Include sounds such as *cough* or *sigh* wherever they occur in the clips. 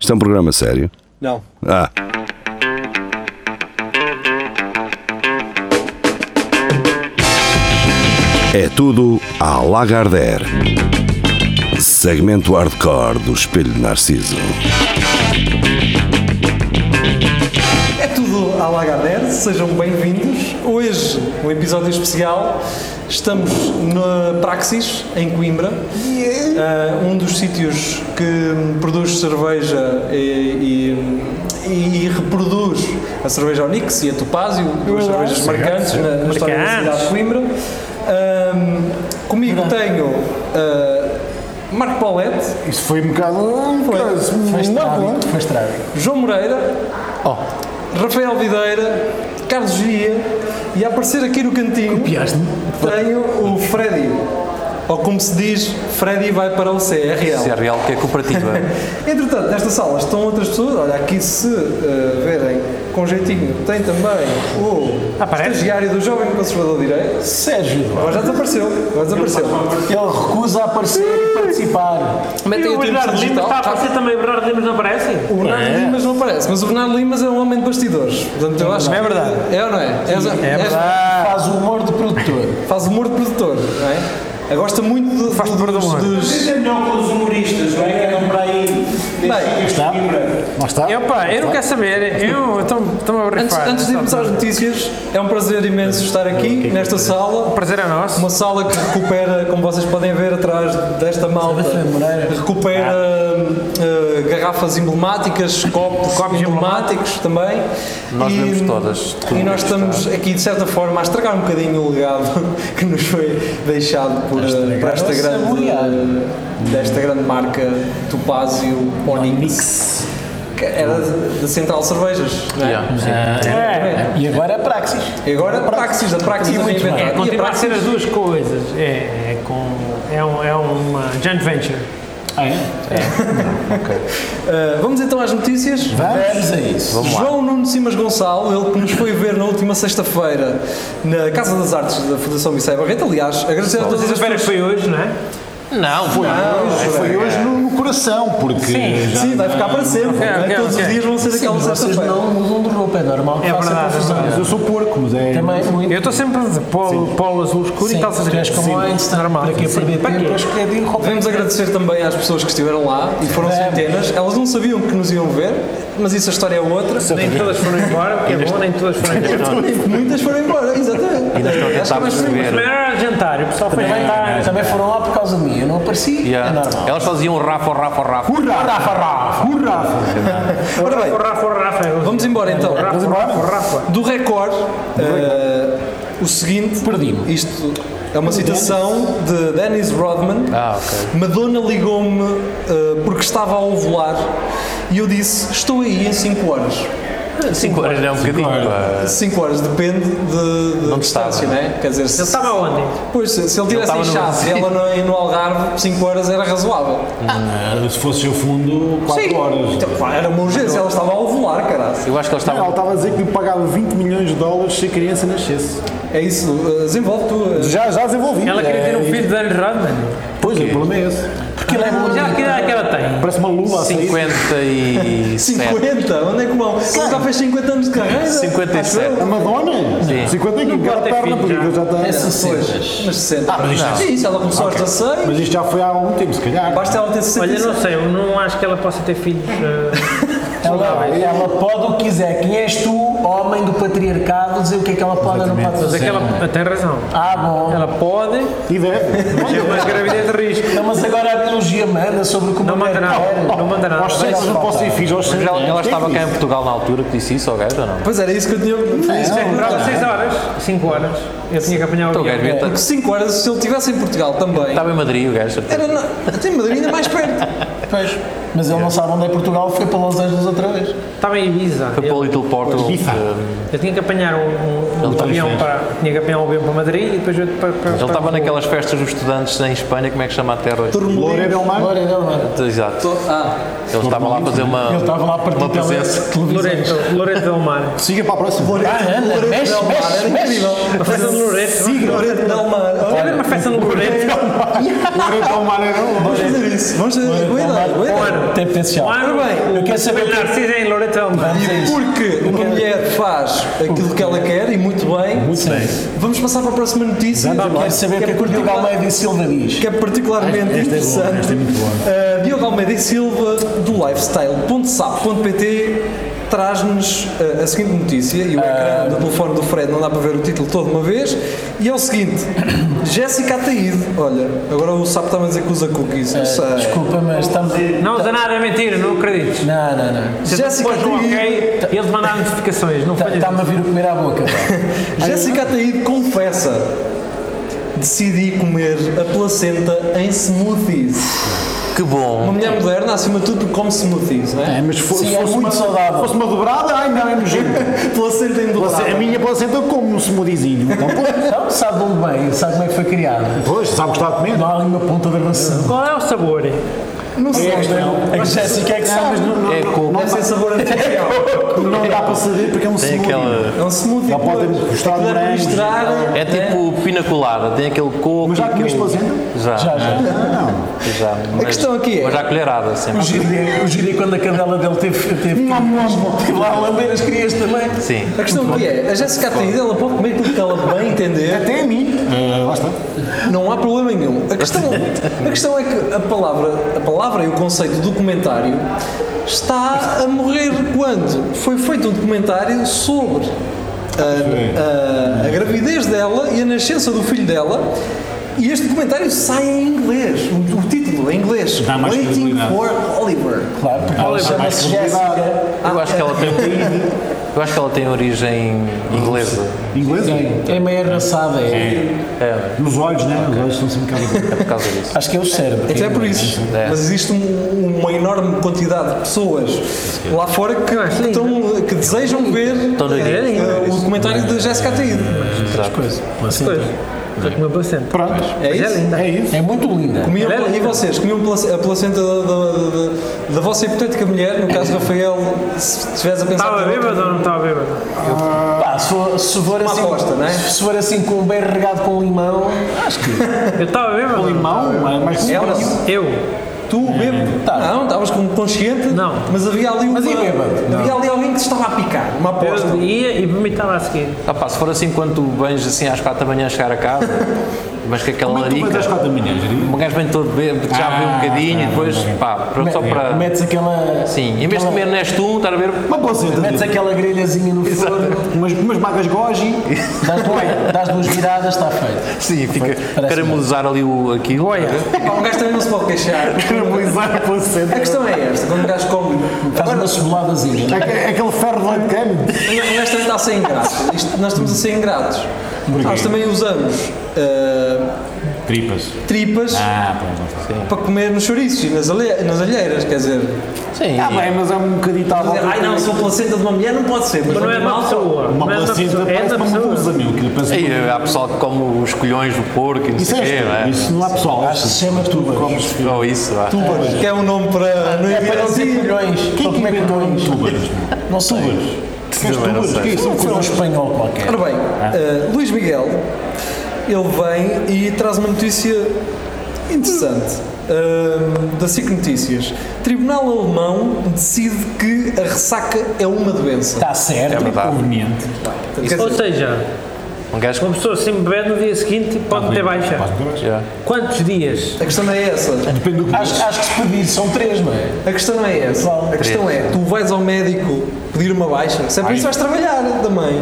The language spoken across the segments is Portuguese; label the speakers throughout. Speaker 1: Isto é um programa sério.
Speaker 2: Não.
Speaker 1: Ah, é tudo à Lagardère. Segmento hardcore do Espelho de Narciso.
Speaker 2: É tudo à Lagardère, sejam bem-vindos. Hoje, um episódio especial. Estamos na Praxis, em Coimbra, Ah, um dos sítios que produz cerveja e, e- e reproduz a cerveja Onyx e a Topázio, duas cervejas marcantes na, na história da cidade de Coimbra. Ah, comigo tenho ah, Marco Paulette,
Speaker 3: Isso foi um bocado. Foi,
Speaker 4: Foi
Speaker 3: não,
Speaker 4: estrábico, foi estrábico.
Speaker 2: João Moreira, Oh. Rafael Videira, Carlos Gia e a aparecer aqui no cantinho
Speaker 4: Piaste-me?
Speaker 2: tenho o Freddy. Ou como se diz, Freddy vai para o
Speaker 5: Se é
Speaker 2: CRL.
Speaker 5: real que é cooperativa.
Speaker 2: Entretanto, nesta sala estão outras pessoas. Olha, aqui se eh, verem com jeitinho, tem também o
Speaker 4: Aparece?
Speaker 2: estagiário do Jovem Conservador de Direito.
Speaker 3: Sérgio,
Speaker 2: Agora já desapareceu. Agora desapareceu.
Speaker 3: ele recusa aparecer e participar.
Speaker 2: Metem
Speaker 6: o
Speaker 2: o tempo
Speaker 6: Bernardo Lima
Speaker 2: digital.
Speaker 6: está a aparecer também, o Bernardo Lima não aparece?
Speaker 2: O Bernardo Limas não aparece, mas o Bernardo Limas é um homem de bastidores. Portanto, eu acho é verdade. É ou não é? És- és-
Speaker 3: Faz o humor de produtor.
Speaker 2: Faz humor de produtor, não é? Eh, Gosta muito do, Faz do, dos, dos...
Speaker 7: É melhor com os humoristas, não é? Que andam para aí
Speaker 2: Bem,
Speaker 3: Está? Não está?
Speaker 6: Epá, eu não quero saber, eu estou-me a um
Speaker 2: antes,
Speaker 6: borrifar.
Speaker 2: antes de irmos às notícias, é um prazer imenso estar aqui, nesta sala.
Speaker 6: Prazer é nosso.
Speaker 2: Uma sala que recupera, como vocês podem ver atrás desta malta, recupera eh, garrafas emblemáticas, copos,
Speaker 6: Copos
Speaker 2: emblemáticos também.
Speaker 5: Nós vemos todas, tudo
Speaker 2: E nós
Speaker 5: isto
Speaker 2: estamos aqui, de certa forma, a estragar um bocadinho o legado *laughs* que nos foi deixado por, eh, por esta,
Speaker 3: Nossa,
Speaker 2: grande,
Speaker 3: obrigado.
Speaker 2: desta grande marca Topazio Onix. que Era da Central Cervejas, não é?
Speaker 5: Yeah, sim.
Speaker 6: É,
Speaker 3: E agora é Praxis.
Speaker 2: E agora a Praxis, a Praxis a reinventar.
Speaker 6: é,
Speaker 2: E a
Speaker 6: continua a ser
Speaker 2: Praxis-
Speaker 6: as duas coisas. É, é, com, é, um, é uma joint venture.
Speaker 2: Ah, vamos então às notícias.
Speaker 3: Vamos a isso.
Speaker 2: João Nuno Simas Gonçalo, ele que nos foi ver na última sexta-feira na Casa das Artes da Fundação Missai Barreto. Aliás, agradecer a todas as
Speaker 6: Sexta-feira
Speaker 2: pessoas.
Speaker 6: foi hoje, não é?
Speaker 3: Não, foi hoje. Foi hoje no, no coração, porque. já-
Speaker 2: Sim, vai ficar para sempre.
Speaker 6: Ok,
Speaker 2: não é?
Speaker 6: ok,
Speaker 2: Todos os
Speaker 6: ok.
Speaker 2: dias vão ser
Speaker 4: Sim,
Speaker 2: daquela
Speaker 4: vocês
Speaker 2: sexta-feira.
Speaker 4: não mudam de roupa, é normal que
Speaker 6: É
Speaker 4: faça
Speaker 6: verdade, é
Speaker 4: confusão.
Speaker 6: verdade.
Speaker 3: Mas eu sou porco, mas é.
Speaker 4: Também muito.
Speaker 6: Eu estou sempre de polo, polo azul escuro
Speaker 4: Sim,
Speaker 6: e tal,
Speaker 4: tu és como Einstein,
Speaker 6: normal.
Speaker 4: para que
Speaker 6: Sim,
Speaker 4: perder
Speaker 6: para
Speaker 4: tempo
Speaker 6: quê?
Speaker 4: a escolher de roupa?
Speaker 2: Devemos agradecer também às pessoas que estiveram lá e foram centenas. Elas não sabiam que nos iam ver, mas isso a história é outra.
Speaker 6: *laughs* Nem todas foram embora, o que é bom, nem todas foram embora.
Speaker 2: Muitas foram embora, exatamente.
Speaker 5: Ainda estão a
Speaker 2: Acho que
Speaker 5: tentar
Speaker 2: nós fomos-
Speaker 6: Mas
Speaker 5: perceber.
Speaker 6: era jantar, o pessoal foi
Speaker 4: Também,
Speaker 3: tá,
Speaker 6: jantar.
Speaker 4: também foram lá por causa de mim, eu não apareci, é
Speaker 5: Yeah.
Speaker 4: normal.
Speaker 5: Elas faziam um Rafa, Rafa, Rafa.
Speaker 3: Hurra! Rafa, Rafa! Hurra!
Speaker 2: Ora bem,
Speaker 6: O Rafa, o Rafa.
Speaker 2: vamos embora então.
Speaker 6: Rafa, Rafa, Rafa.
Speaker 2: Do Record, eh, o seguinte.
Speaker 4: Perdi-me.
Speaker 2: Isto é uma citação de Dennis Rodman.
Speaker 5: Ah, ok.
Speaker 2: Madonna ligou-me eh, porque estava a ovular e eu disse: Estou aí em 5 horas.
Speaker 5: 5 horas é um bocadinho. pá.
Speaker 2: 5 horas, depende de, de
Speaker 5: Onde
Speaker 2: distância,
Speaker 5: estava.
Speaker 2: não é? Quer dizer, se,
Speaker 6: Ele estava onde?
Speaker 2: pois, se se ele tivesse
Speaker 5: estava
Speaker 2: em
Speaker 5: no
Speaker 2: Chaves e
Speaker 5: Brasil.
Speaker 2: ela no, no Algarve, 5 horas era razoável.
Speaker 3: Hum, Se fosse o fundo, 4 horas.
Speaker 2: Então, pá, era uma urgência, ela estava a ovular, caralho.
Speaker 5: Eu acho que eles
Speaker 3: Ela
Speaker 5: estavam.
Speaker 3: estava a dizer que me pagava 20 milhões de dólares se a criança nascesse.
Speaker 2: É isso, eh, desenvolve tu. eh,
Speaker 3: Já, já desenvolvi.
Speaker 6: Ela queria ter um
Speaker 3: É,
Speaker 6: filho de Andy Rodman.
Speaker 3: Pois, o problema é esse.
Speaker 4: Porque ele é muito.
Speaker 6: Já que idade que ela tem?
Speaker 3: Parece uma lula assim. a
Speaker 5: 57.
Speaker 3: sair.
Speaker 2: 50? Onde é que vão? Ele já fez 50 anos de carreira.
Speaker 5: 57.
Speaker 3: A Madonna?
Speaker 5: Sim.
Speaker 3: 50 e que
Speaker 6: pode
Speaker 3: cara
Speaker 6: ter
Speaker 3: perna,
Speaker 6: filho
Speaker 3: porque
Speaker 6: já.
Speaker 3: ele já
Speaker 4: É
Speaker 3: tem.
Speaker 4: 60.
Speaker 2: Mas 60.
Speaker 8: Ah,
Speaker 5: mas isto
Speaker 2: Sim, isso ela começou aos 16.
Speaker 3: Mas isto já foi há algum tempo, se calhar.
Speaker 2: Basta ela ter 60.
Speaker 6: Olha, não sei, eu não acho que ela possa ter filhos. eh,
Speaker 4: Ela,
Speaker 6: saudáveis.
Speaker 4: ela pode o que quiser. Quem és tu, homem do patriarcado, dizer o que é que ela pode ou não pode
Speaker 6: Mas
Speaker 4: fazer?
Speaker 6: aquela tem razão.
Speaker 4: Ah, bom.
Speaker 6: Ela pode,
Speaker 3: E deve.
Speaker 6: mas é uma gravidez de risco.
Speaker 4: Não, mas agora a biologia manda sobre como
Speaker 6: Não manda nada, não manda nada.
Speaker 3: Aos 6 não posso ir filhos, aos
Speaker 5: Mas
Speaker 3: 6.
Speaker 5: ela, ela estava cá em Portugal na altura que disse isso ao gajo ou não?
Speaker 2: Pois era isso que eu tinha. Isso é
Speaker 6: Durava 6 horas, 5 horas. Eu tinha que apanhar o
Speaker 5: O gajo
Speaker 6: avião.
Speaker 5: devia estar-
Speaker 2: 5 horas, se ele estivesse em Portugal também,
Speaker 8: Tá.
Speaker 5: estava em Madrid, o gajo. certeza.
Speaker 2: era na, até em Madrid ainda mais perto.
Speaker 4: Pois. Mas ele não sabe onde é Portugal, foi para Los Angeles a
Speaker 3: outra vez.
Speaker 6: Estava em Ibiza.
Speaker 5: Foi para o
Speaker 6: Eu-
Speaker 5: Little Porto.
Speaker 8: Bifa.
Speaker 6: Eu tinha que apanhar um, um- um
Speaker 5: Ele tá
Speaker 6: avião
Speaker 5: fez.
Speaker 6: para tinha que apanhar um avião para Madrid e depois outro para, para
Speaker 5: Ele estava naquelas festas dos estudantes em Espanha, como é que chama a terra?
Speaker 3: Loura del Mar.
Speaker 5: Exato.
Speaker 8: Ah.
Speaker 5: Ele estava lá a fazer uma,
Speaker 8: Ele estava lá a partir
Speaker 5: uma presença.
Speaker 6: Loreto, Loreto
Speaker 5: *laughs*
Speaker 6: del Mar.
Speaker 8: Siga para a próxima.
Speaker 3: Ah, anda, mexe, mexe, mexe.
Speaker 6: Uma festa de Loreto.
Speaker 2: Loreto Del Mar.
Speaker 6: Olha, haver uma festa de Loreto.
Speaker 3: Loura del Mar era uma.
Speaker 2: Vamos fazer isso. Vamos fazer isso. Cuidado, cuidado.
Speaker 8: Tem potencial.
Speaker 6: Claro, bem. Eu quero saber Narciso em Loreto del Mar.
Speaker 2: E porque uma mulher faz aquilo que ela quer e muito bem,
Speaker 8: é- Muito bem.
Speaker 2: vamos passar para a próxima notícia.
Speaker 8: Exato,
Speaker 2: que é-
Speaker 8: quero saber o que é que o Diogo
Speaker 2: particular-
Speaker 8: Almeida e Silva diz.
Speaker 2: que é particularmente
Speaker 8: Esta é boa,
Speaker 2: interessante.
Speaker 8: esta é muito boa.
Speaker 2: Uh, Diogo Almeida e Silva, do lifestyle.sap.pt, traz-nos uh, a seguinte notícia, e o ecrã do telefone do Fred não dá para ver o título toda uma vez, e é o seguinte, *coughs* Jéssica Ataíde, olha, agora o sapo está a dizer que usa cookies, não sei.
Speaker 8: Desculpa, mas estamos.
Speaker 6: Não usa nada a mentir, não acredito.
Speaker 8: Não, não, não.
Speaker 6: Se
Speaker 2: Jéssica
Speaker 6: depois um
Speaker 2: Ataíde,
Speaker 6: ok, eles mandaram notificações, não falha.
Speaker 8: Está-me a vir o comer à boca.
Speaker 6: *laughs*
Speaker 8: pá.
Speaker 2: Jéssica Ataíde confessa, decidi comer a placenta em smoothies.
Speaker 5: Que
Speaker 2: Uma
Speaker 5: bom.
Speaker 2: mulher moderna, acima de tudo, porque come smoothies, não é?
Speaker 8: É, mas fo-
Speaker 3: Sim,
Speaker 8: se
Speaker 3: é
Speaker 8: fosse
Speaker 3: muito
Speaker 8: uma,
Speaker 3: saudável.
Speaker 8: fosse uma dobrada, ai não, é nojento.
Speaker 2: *laughs* placenta em dobrada.
Speaker 3: A minha placenta eu como um smoothizinho. Então, pô,
Speaker 8: Não, sabe de onde bem, sabe como é que foi criado.
Speaker 3: pois, sabe gostar de comer?
Speaker 8: Não há nenhuma ponta de maçã.
Speaker 6: Qual é o sabor?
Speaker 8: A Jéssica é que sabe.
Speaker 5: É coco.
Speaker 2: Deve ser *laughs* sabor artificial.
Speaker 3: Não dá para saber porque é um
Speaker 5: Tem
Speaker 3: smoothie.
Speaker 5: aquela.
Speaker 2: É um smoothie.
Speaker 3: Não pode
Speaker 2: pois.
Speaker 3: gostar
Speaker 2: Aquilo
Speaker 3: de
Speaker 2: é para
Speaker 3: morangos.
Speaker 2: misturar,
Speaker 5: É tipo pinacolada, tem aquele coco.
Speaker 3: Mas já
Speaker 5: e
Speaker 3: comeste
Speaker 5: aquele-
Speaker 3: placenta?
Speaker 5: Já,
Speaker 8: Já, já.
Speaker 3: Não.
Speaker 5: já. Mas,
Speaker 2: questão aqui é-
Speaker 5: Mas já à colherada
Speaker 8: O
Speaker 5: sempre.
Speaker 8: giro é- O giro é quando a cadela dele teve. teve teve lá a lamber as crias também.
Speaker 5: Sim.
Speaker 2: A questão aqui é, a Jéssica Ataíde, ela pode comer aquilo que ela bem entender,
Speaker 3: Até a mim. Ah, lá está.
Speaker 2: não há problema nenhum. A questão, a questão é que a palavra, a palavra e o conceito do documentário está a morrer quando foi feito um documentário sobre a, a- a gravidez dela e a nascença do filho dela. E este documentário sai em inglês. O, o título é em inglês.
Speaker 3: Dá mais
Speaker 2: Waiting
Speaker 3: credibilidade.
Speaker 2: for Oliver.
Speaker 8: Claro, porque ela chama-se Jéssica.
Speaker 3: Credibilidade.
Speaker 5: Eu acho que ela
Speaker 3: ah,
Speaker 5: tem. Eu acho que ela tem origem inglesa.
Speaker 3: Inglês?
Speaker 8: É meio arraçada, é.
Speaker 5: É,
Speaker 3: Nos olhos, né? Os olhos estão sempre um bocado. *laughs*
Speaker 5: é por causa disso.
Speaker 8: Acho que é o cérebro.
Speaker 2: Até Então por isso.
Speaker 5: É.
Speaker 2: Mas existe um- uma enorme quantidade de pessoas lá fora que, que estão- que desejam ver
Speaker 5: Estão doidinhas.
Speaker 2: eh, o documentário de É Jéssica Ataíde.
Speaker 6: Pois. Só que uma placenta.
Speaker 3: Pronto.
Speaker 2: É isso?
Speaker 8: É isso. É muito linda.
Speaker 2: Comiam, e vocês? Comiam place- a placenta da, da, da- da vossa hipotética mulher, no caso Rafael, se estivesse a pensar...
Speaker 6: Estava bêbado ou não estava bêbado?
Speaker 8: Pá, se for, se for
Speaker 2: Uma
Speaker 8: assim,
Speaker 2: aposta, não é?
Speaker 8: se for assim com um bem regado com limão, acho que
Speaker 6: Eu estava bêbado. ou não?
Speaker 3: Mão, mas
Speaker 2: Ela,
Speaker 6: Eu.
Speaker 2: tu, bebo,
Speaker 8: Tá.
Speaker 2: não, estavas como consciente,
Speaker 6: Não.
Speaker 2: mas havia ali uma,
Speaker 8: Mas e bêbado?
Speaker 2: havia ali alguém que te estava a picar, uma aposta.
Speaker 6: Eu ia e vomitava a seguir.
Speaker 5: Ah pá, se for assim quando tu vens assim às 4 da manhã a chegar a casa, mas que aquela
Speaker 3: tu vais às
Speaker 5: larica,
Speaker 3: 4 da manhã, Ah, Jeri?
Speaker 5: um gajo vem todo bêbado, que já vê um bocadinho e depois, pá, para- só para...
Speaker 8: metes aquela.
Speaker 5: Sim, em vez de
Speaker 8: aquela-
Speaker 5: comer neste um, estar a ver...
Speaker 3: Uma placenta.
Speaker 8: Metes
Speaker 3: Jeri.
Speaker 8: aquela grelhazinha no forno,
Speaker 3: Umas, umas magas goji. *laughs*
Speaker 8: dás, duas- dás duas viradas, está feito.
Speaker 5: Sim, fica
Speaker 8: parece
Speaker 5: caramelizar ali o, aquilo. tá Olha.
Speaker 2: Pá, Um gajo também não se pode queixar.
Speaker 3: Caramelizar a placenta.
Speaker 2: A questão é esta, quando um gajo come
Speaker 8: Faz uma ceboladazinha.
Speaker 3: Aque- É Aquele ferro de leite quente.
Speaker 2: Nós também está a ser ingrato. Isto- nós estamos a ser ingratos. Nós também usamos ah,
Speaker 3: Tripas.
Speaker 2: tripas
Speaker 3: Ah, pronto.
Speaker 2: para comer nos chouriços e nas, alhe- nas alheiras, quer dizer.
Speaker 5: Sim,
Speaker 3: Ah, bem, mas é um bocadinho à
Speaker 2: Quer dizer,
Speaker 3: volta.
Speaker 2: Ai não, sou placenta de uma mulher, não pode ser. Mas
Speaker 6: Mas não é
Speaker 2: animal,
Speaker 6: mal pessoa.
Speaker 3: Uma
Speaker 6: não é da
Speaker 3: placenta
Speaker 6: pessoa, é
Speaker 3: parece
Speaker 6: da
Speaker 3: uma
Speaker 6: pessoa.
Speaker 3: medusa, meu. Que parece
Speaker 5: e
Speaker 3: uma-
Speaker 5: há pessoal que come os colhões do porco e não
Speaker 3: Isso
Speaker 5: sei o
Speaker 3: é
Speaker 5: quê, não é?
Speaker 3: estranho. Isso não há pessoal.
Speaker 8: Acho que se chama tubas.
Speaker 5: Ou isso, vá.
Speaker 2: tubas, que é um nome para não
Speaker 8: É para não dizer
Speaker 2: evidenciar.
Speaker 8: colhões.
Speaker 3: Quem é
Speaker 8: Para
Speaker 3: que
Speaker 8: comer
Speaker 3: inventou
Speaker 8: colhões.
Speaker 3: tubas?
Speaker 8: Não sei.
Speaker 3: Queres
Speaker 5: Também não
Speaker 3: tubas?
Speaker 5: sei.
Speaker 3: Que é isso?
Speaker 8: Uma coisa um espanhol qualquer.
Speaker 2: Ora bem, ah, Luís Miguel, ele vem e traz uma notícia interessante ah, da SIC Notícias. Tribunal Alemão decide que a ressaca é uma doença.
Speaker 8: Está certo.
Speaker 5: É verdade.
Speaker 3: Conveniente.
Speaker 2: Quer
Speaker 6: Ou
Speaker 2: dizer,
Speaker 6: seja,
Speaker 5: Um gajo
Speaker 6: uma pessoa se bebe no dia seguinte pode ter baixa. Quantos dias?
Speaker 2: a questão não é essa.
Speaker 3: Depende do que
Speaker 8: Acho, acho que se pedir são três, não é?
Speaker 2: A questão não é essa. A questão é, tu vais ao médico pedir uma baixa, se é para isso vais trabalhar também.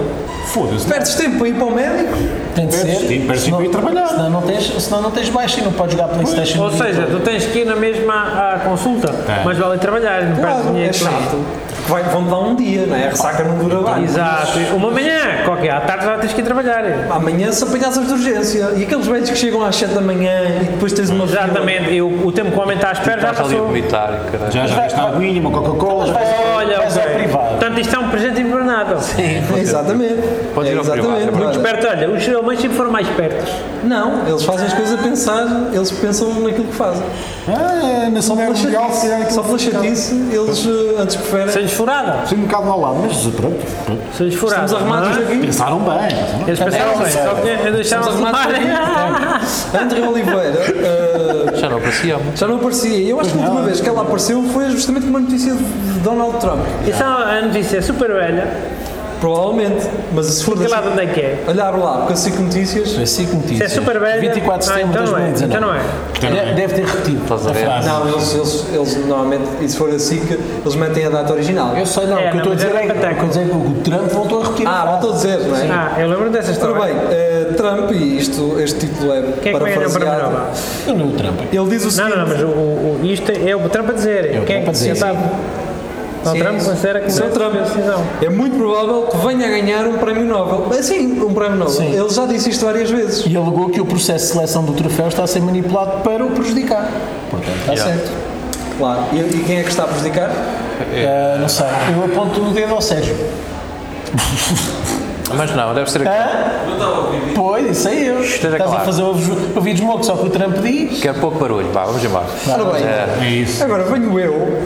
Speaker 3: Foda-se.
Speaker 2: Perdes tempo para ir para o médico?
Speaker 8: Tem de ser.
Speaker 3: Sim, parece
Speaker 8: senão-
Speaker 3: que ir trabalhar.
Speaker 8: Senão não tens, senão não tens baixo e não podes jogar Playstation.
Speaker 6: Ou seja, tu tens que ir na mesma à consulta, mas vale trabalhar, não perdes
Speaker 2: Claro,
Speaker 6: dinheiro.
Speaker 2: é
Speaker 6: com isso.
Speaker 2: chato. Porque vai- vão-te dar um dia, não é? A ressaca não dura bem.
Speaker 6: Exato. Uma manhã, qualquer, à tarde já tens que ir trabalhar.
Speaker 2: Amanhã se apanhas as de urgência. E aqueles velhos que chegam às 7 da manhã e depois tens uma fila.
Speaker 6: Exatamente, eu, o tempo que o homem está à espera já
Speaker 5: estás ali a
Speaker 6: passou.
Speaker 5: vomitar, caralho.
Speaker 3: Já já viste a aguinha, uma Coca-Cola.
Speaker 6: Olha, o é privado. Portanto, isto é um presente invernável. Sim.
Speaker 2: É, Exatamente.
Speaker 5: Pode ir ao privado,
Speaker 2: exatamente.
Speaker 5: é verdade.
Speaker 6: Esperto, olha, os alemães sempre foram mais espertos.
Speaker 2: Não, eles fazem as coisas a pensar, eles pensam naquilo que fazem.
Speaker 3: Ah, é, na sala
Speaker 2: Pela
Speaker 3: legal,
Speaker 2: chatice,
Speaker 3: um
Speaker 2: Só pela chatice, eles eh, antes preferem.
Speaker 6: São-lhes furada.
Speaker 3: Sim, um bocado ao lado, mas pronto, pronto.
Speaker 6: São-lhes furada.
Speaker 2: Estamos arrumados
Speaker 6: não é?
Speaker 2: aqui.
Speaker 3: Pensaram bem. pensaram bem.
Speaker 6: Eles pensaram bem, só que deixaram-se
Speaker 2: Estamos arrumados
Speaker 6: levarem.
Speaker 2: André Oliveira eh,
Speaker 5: Já não aparecia.
Speaker 2: já não aparecia. Eu acho que a última vez que ela apareceu foi justamente com uma notícia de Donald Trump.
Speaker 6: *laughs* Isso é uma notícia super velha.
Speaker 2: Provavelmente. Mas se for
Speaker 6: Sei lá
Speaker 2: das...
Speaker 6: de onde é que é.
Speaker 2: Olha, abre lá, porque eu sei que notícias.
Speaker 6: Isso é super velha.
Speaker 8: 24 de
Speaker 6: Ah,
Speaker 8: setembro
Speaker 6: então
Speaker 8: de
Speaker 6: não é,
Speaker 8: 2019.
Speaker 6: Então não é.
Speaker 8: Deve deve ter repetido.
Speaker 2: Tá.
Speaker 5: Estás a ver?
Speaker 2: Não, eles, eles, eles normalmente, e se for assim, que eles metem a data original.
Speaker 8: Eu sei, não.
Speaker 6: É,
Speaker 8: o que eu estou
Speaker 6: não,
Speaker 8: a
Speaker 6: mas
Speaker 8: dizer
Speaker 6: é
Speaker 8: é que-
Speaker 6: pataco.
Speaker 8: o que eu dizer é que o Trump voltou a repetir. a
Speaker 2: Ah,
Speaker 8: frase.
Speaker 2: voltou a dizer, não é?
Speaker 6: Ah, eu lembro dessa história.
Speaker 2: Ora bem, eh, Trump, e isto, este título é
Speaker 6: Ah, Quem é que vai ganhar o Prémio
Speaker 2: parafraseado,
Speaker 6: Nobel?
Speaker 8: Eu não o Trump.
Speaker 2: ele diz o
Speaker 6: Não,
Speaker 2: seguinte...
Speaker 6: não, não, mas o, o, o- isto é o Trump a dizer.
Speaker 8: o
Speaker 6: Quem
Speaker 8: Trump
Speaker 6: é
Speaker 8: a
Speaker 6: que
Speaker 8: dizer,
Speaker 6: se sabe? Não,
Speaker 2: Sim,
Speaker 6: Trump
Speaker 2: sim.
Speaker 6: considera que
Speaker 2: Sou
Speaker 6: merece
Speaker 2: Trump.
Speaker 6: a decisão.
Speaker 2: É muito provável que venha a ganhar um prémio Nobel. Mas Sim, um prémio Nobel. Ele já disse isto várias vezes.
Speaker 8: E alegou que o processo de seleção do troféu está a ser manipulado para o prejudicar. Portanto, está certo.
Speaker 2: Claro. E, e quem é que está a prejudicar?
Speaker 8: Ah, não sei. Eu aponto o dedo ao Sérgio.
Speaker 5: Mas não, deve ser aqui.
Speaker 8: Pois, isso aí eu. Estás a
Speaker 5: claro.
Speaker 8: fazer ouvi- ouvidos mocos, só que o Trump diz.
Speaker 5: Quer pouco barulho. Vá, vamos embora.
Speaker 2: Ora bem,
Speaker 5: É.
Speaker 2: agora venho eu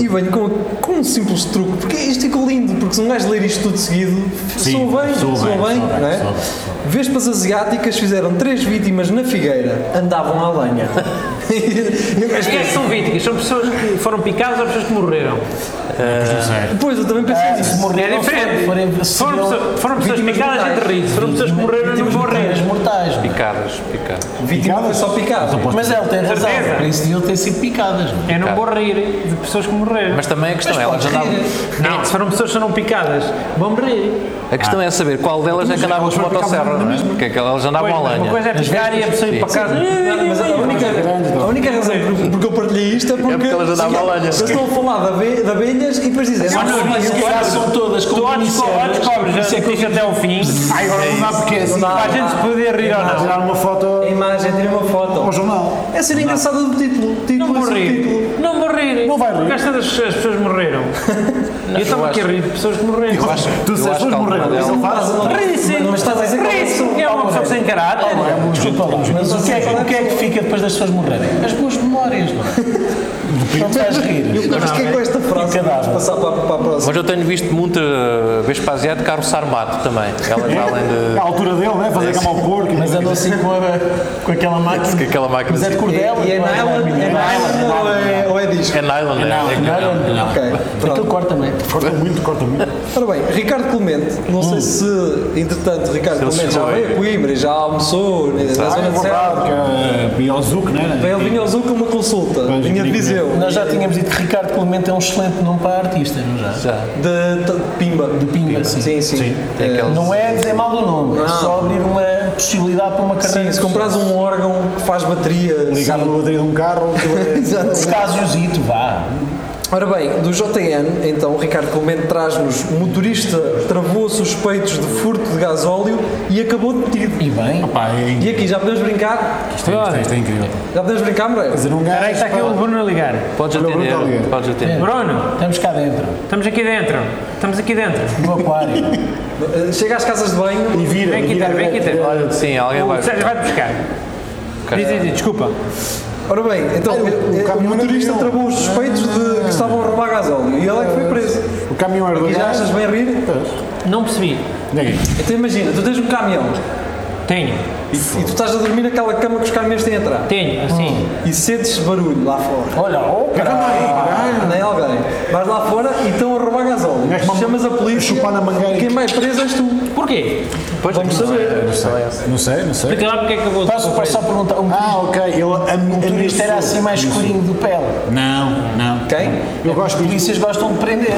Speaker 2: e venho com, com um simples truque. Porque isto ficou lindo, porque se um gajo ler isto tudo seguido, soa bem, soa bem, não é? Vespas asiáticas fizeram três vítimas na figueira. Andavam à lenha. *laughs* E o gajo
Speaker 6: Quem é que
Speaker 2: pensa,
Speaker 6: são vítimas? São pessoas que foram picadas ou pessoas que morreram?
Speaker 2: Pois, eu também pensei nisso.
Speaker 6: É diferente.
Speaker 8: forem-
Speaker 6: Foram,
Speaker 8: se não-
Speaker 6: pessoas- foram pessoas
Speaker 2: vítimas
Speaker 6: picadas e
Speaker 2: mortais.
Speaker 6: derridas. Foram pessoas que morreram e não
Speaker 8: As
Speaker 6: morreram.
Speaker 8: mortais. não é?
Speaker 5: Picadas, picadas.
Speaker 2: Vítima foi só picada.
Speaker 8: Mas ele tem razão.
Speaker 6: Certeza.
Speaker 8: Para isso deviam ter sido picadas. não é?
Speaker 6: Eu não vou rir de pessoas que morreram.
Speaker 5: Mas também a questão é, elas andavam.
Speaker 6: Não, se foram pessoas que foram picadas, vão morrer.
Speaker 5: A questão é saber qual delas é que andavam de motosserra, não é? Porque é que elas andavam à
Speaker 6: Pois,
Speaker 5: lenha.
Speaker 6: Uma coisa é pescar e a pessoa ir para casa.
Speaker 2: Mas a única, a única razão por- porque eu partilhei isto é porque,
Speaker 5: porque elas andavam à lenha.
Speaker 2: eles estão a falar de, abe- de abelhas e depois dizem "Ah, não,
Speaker 8: Mas
Speaker 2: isso
Speaker 8: se calhar são todas
Speaker 6: Tu olhos co- olhos
Speaker 8: é
Speaker 6: cobres,
Speaker 2: é
Speaker 6: já fica até ao fim.
Speaker 3: Ai, agora não dá porque é assim.
Speaker 6: Para a gente se poder rir ou não.
Speaker 3: Tirar uma foto
Speaker 2: é imagem, tira uma
Speaker 3: ao
Speaker 2: foto.
Speaker 3: jornal.
Speaker 2: É a cena engraçada do título. Título
Speaker 6: Não vou
Speaker 2: sobre título.
Speaker 6: rir. Não vou rir. Não vai rir. Porque estas as pessoas morreram. Eu estava aqui a rir de pessoas que morreram.
Speaker 5: Eu acho,
Speaker 3: Tu
Speaker 5: eu
Speaker 3: disseste,
Speaker 5: acho
Speaker 3: "Vamos
Speaker 5: que alguma
Speaker 3: morrer."
Speaker 5: delas-
Speaker 3: Isso não faz.
Speaker 6: Rir-se.
Speaker 2: Mas estás a dizer que
Speaker 6: Rir-se.
Speaker 2: alguma
Speaker 6: É uma pessoa sem caráter.
Speaker 8: Desculpa lá. Mas o que é que- o que é que fica depois das pessoas morrerem? As boas memórias, não é? *laughs* Não te vais rir.
Speaker 2: Mas que é com esta frase? Vamos passar para, para a próxima.
Speaker 5: Mas eu tenho visto eh, muita Vespa asiática carroçar mato também. Elas além
Speaker 3: À
Speaker 5: de.
Speaker 3: altura dele, né? Fazer cama ao porco.
Speaker 8: Mas andam assim com, a- com aquela máquina.
Speaker 5: que aquela máquina.
Speaker 8: Mas é de
Speaker 2: E
Speaker 8: cordel.
Speaker 2: e é
Speaker 8: não
Speaker 2: nylon? É nylon ou é- ou é disco?
Speaker 5: É nylon, é?
Speaker 8: Não,
Speaker 5: É que-
Speaker 8: não, não.
Speaker 2: Ok, pronto.
Speaker 8: Aquilo corta também.
Speaker 3: Corta muito, corta muito.
Speaker 2: Ora bem, Ricardo Clemente, não sei se, entretanto, Ricardo
Speaker 5: ele
Speaker 2: Clemente já
Speaker 5: chegou
Speaker 2: veio
Speaker 5: aí.
Speaker 2: a Coimbra e já almoçou né, na na
Speaker 3: Ah,
Speaker 2: zona
Speaker 3: é
Speaker 2: de Serra.
Speaker 3: verdade, que é Biozuc, né?
Speaker 2: Ele vinha ao Zoom com uma consulta,
Speaker 3: Pois,
Speaker 2: vinha de
Speaker 3: digo
Speaker 2: Viseu,
Speaker 8: Nós já tínhamos dito que Ricardo Clemente é um excelente nome para artista, não é? já?
Speaker 2: de, de Pimba. De
Speaker 8: Pimba, sim.
Speaker 2: Sim, sim. Eh,
Speaker 5: É aqueles-
Speaker 8: Não é dizer mal do nome, é
Speaker 2: Não.
Speaker 8: só abrir uma possibilidade para uma
Speaker 2: Sim,
Speaker 8: carreira.
Speaker 2: se compras um órgão que faz bateria.
Speaker 3: Ligado à bateria de um carro. aquilo é-
Speaker 8: Um Casiozito, vá.
Speaker 2: Ora bem, do JN, então, Ricardo Clemente traz-nos: o motorista travou suspeitos de furto de gasóleo e acabou detido.
Speaker 8: E bem,
Speaker 3: Pá, é
Speaker 2: E
Speaker 3: incrível.
Speaker 2: aqui já podemos brincar?
Speaker 3: Isto é- isto é- isto é incrível. Quer
Speaker 2: Já podemos brincar, Moreira?
Speaker 3: dizer, um gajo.
Speaker 6: Aí está aqui o Bruno a ligar.
Speaker 5: Podes
Speaker 3: Olha, o Bruno está
Speaker 5: atender,
Speaker 3: ali.
Speaker 5: podes atender.
Speaker 6: Bruno,
Speaker 8: estamos cá dentro,
Speaker 6: estamos aqui dentro. Estamos aqui dentro.
Speaker 8: no aquário.
Speaker 2: Eh, Chega às casas de banho.
Speaker 3: E vira,
Speaker 6: Vem aqui
Speaker 3: vira-
Speaker 6: ter, vem aqui ter.
Speaker 5: Olha, sim, alguém vai.
Speaker 6: O Sérgio vai buscar. Diz, diz, diz, desculpa.
Speaker 2: Ora bem, então,
Speaker 3: o- o
Speaker 2: eh, eh, o,
Speaker 3: caminhoneiro
Speaker 2: motorista
Speaker 3: viu.
Speaker 2: travou os suspeitos de que estavam a roubar gasóleo e ele é que foi preso.
Speaker 3: O caminhão era do
Speaker 2: E já achas
Speaker 3: gajo.
Speaker 2: bem rir?
Speaker 6: Não percebi.
Speaker 3: Ninguém.
Speaker 2: Então imagina, tu tens um caminhão
Speaker 6: Tenho,
Speaker 2: e, e tu estás a dormir naquela cama que os caminhões têm a entrar
Speaker 6: tenho, assim.
Speaker 2: e sentes barulho lá fora.
Speaker 8: Olha, oh, caralho.
Speaker 2: Nem alguém. é, Vais lá fora e estão a roubar gasóleo.
Speaker 3: gajo com a
Speaker 2: Chamas a polícia.
Speaker 3: chupar na mangueira.
Speaker 2: Quem vai preso és tu.
Speaker 6: Porquê?
Speaker 5: Pois, Vamos saber.
Speaker 3: Não sei, não sei.
Speaker 6: Explica lá porque é que eu vou.
Speaker 8: Posso, posso só perguntar, um
Speaker 3: Ah, ok. Ele am-
Speaker 8: motorista era assim mais escurinho do pele.
Speaker 3: Não, não.
Speaker 2: Quem?
Speaker 3: Eu gosto de
Speaker 8: Polícias gostam de prender.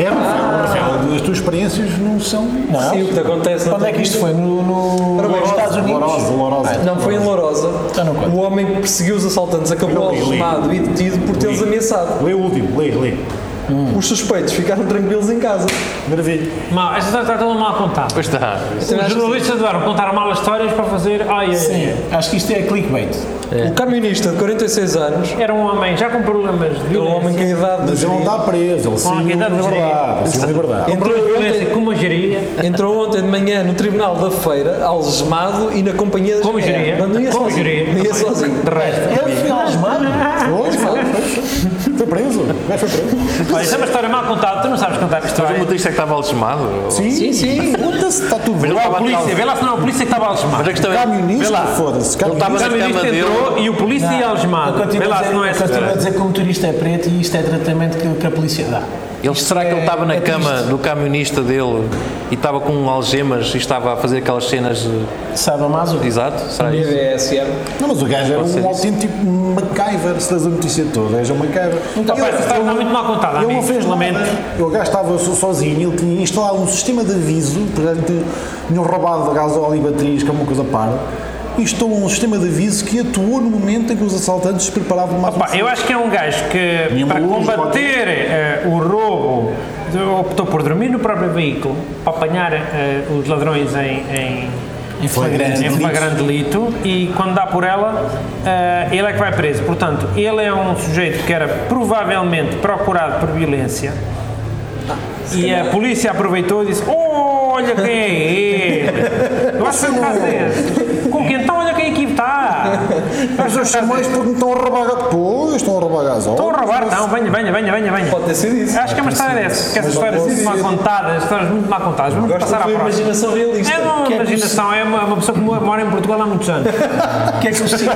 Speaker 3: É, Rafael, Rafael, as tuas experiências não são.
Speaker 8: Não?
Speaker 2: Sim, o que te acontece. na
Speaker 8: Quando é que
Speaker 2: tua
Speaker 8: isto foi? No, no-
Speaker 2: Ora bem,
Speaker 8: nos Estados Unidos?
Speaker 3: Dolorosa, dolorosa.
Speaker 2: Não, foi em Lourosa.
Speaker 8: Então não conta.
Speaker 2: O homem que perseguiu os assaltantes acabou
Speaker 3: Li, li.
Speaker 2: algemado e detido por tê-los ameaçado.
Speaker 3: Lê o último, lê, lê.
Speaker 2: Os suspeitos ficaram tranquilos em casa.
Speaker 8: Maravilha.
Speaker 6: Mal, esta história está toda mal contada.
Speaker 5: Pois tá. está.
Speaker 6: Os jornalistas adoram contar malas histórias para fazer. Ai, ai,
Speaker 8: Sim,
Speaker 6: ai.
Speaker 8: acho que isto é clickbait.
Speaker 2: O camionista de 46 anos,
Speaker 6: Era um homem já com problemas de
Speaker 2: é um homem que a
Speaker 6: violência.
Speaker 2: idade
Speaker 3: Mas ele não é um está preso, ele saiu em
Speaker 6: quem dá de
Speaker 3: liberdade. ele Saiu em liberdade.
Speaker 6: Com problemas de violência, com uma geria.
Speaker 2: entrou ontem de manhã no Tribunal da Feira, algemado e na companhia das
Speaker 6: Como geria?
Speaker 2: É, não ia
Speaker 6: Como
Speaker 2: sozinho,
Speaker 6: geria?
Speaker 2: Não ia sozinho. De resto.
Speaker 8: Ele foi algemado.
Speaker 3: Foi, foi, foi preso. Mas foi preso.
Speaker 6: Olha, isso é uma história mal contada, tu não sabes contar
Speaker 5: Mas o
Speaker 6: histórias.
Speaker 5: motorista é que estava algemado?
Speaker 3: Sim, sim. Puta-se, está tudo
Speaker 5: Mas
Speaker 3: bem.
Speaker 5: ele estava
Speaker 6: A polícia,
Speaker 5: atrás.
Speaker 6: vê lá se não é o polícia que estava algemado.
Speaker 5: Mas a questão é. vê
Speaker 3: Camionista,
Speaker 5: lá.
Speaker 3: foda-se.
Speaker 5: Ele estava
Speaker 6: O
Speaker 5: na cama
Speaker 6: caminhonista entrou
Speaker 5: dele.
Speaker 6: e o polícia ia
Speaker 8: Eu
Speaker 6: algemado. Vê
Speaker 8: continuo a
Speaker 6: lá se
Speaker 8: dizer-
Speaker 6: não é
Speaker 8: eu
Speaker 6: essa
Speaker 8: continuo a dizer que o motorista é preto e isto é tratamento que, que a polícia dá.
Speaker 5: Ele, será que ele estava na cama do camionista dele e estava com algemas e estava a fazer aquelas cenas. eh,
Speaker 8: Sabe a mais o que?
Speaker 5: Exato? Será É isso?
Speaker 2: BDSM.
Speaker 3: Não, mas o gajo era um autêntico MacGyver, se das a notícia toda, és um MacGyver.
Speaker 6: Então, pá, essa história está muito mal contada,
Speaker 3: Ele
Speaker 6: amigo,
Speaker 3: não fez
Speaker 6: lamento.
Speaker 3: nada. O gajo estava so- sozinho, ele tinha instalado um sistema de aviso, portanto, tinham roubado gasóleo e baterias, que é uma coisa parda. Instalou um sistema de aviso que atuou no momento em que os assaltantes se preparavam mais
Speaker 6: Pá, eu acho que é um gajo que, para
Speaker 3: luz,
Speaker 6: combater eh, o roubo, de- optou por dormir no próprio veículo, para apanhar eh, os ladrões em, em, em
Speaker 3: flagrante delito.
Speaker 6: flagrante delito, e quando dá por ela, eh, ele é que vai preso. Portanto, ele é um sujeito que era provavelmente procurado por violência. Ah, E a polícia aproveitou e disse: "Oh, Olha quem é *laughs* ele! Lá se fazer! Com quem? Então olha quem aqui está! Mas os
Speaker 3: Mas porque me estão a roubar gasóleo? Pois, estão a roubar gasóleo.
Speaker 6: Estão a roubar, não, venha, venha, venha, venha, venha.
Speaker 2: Pode ter sido isso.
Speaker 6: Acho que é uma história dessa, que essas histórias
Speaker 3: pode
Speaker 6: muito mal
Speaker 3: ser.
Speaker 6: contadas, histórias muito mal contadas. Vamos
Speaker 2: Gosto
Speaker 6: passar
Speaker 2: da
Speaker 6: à
Speaker 2: tua
Speaker 6: próxima.
Speaker 2: imaginação realista.
Speaker 6: É uma
Speaker 2: Que é que
Speaker 6: imaginação, é uma, uma pessoa que mo- mora em Portugal há muitos anos.
Speaker 8: O que é que o sistema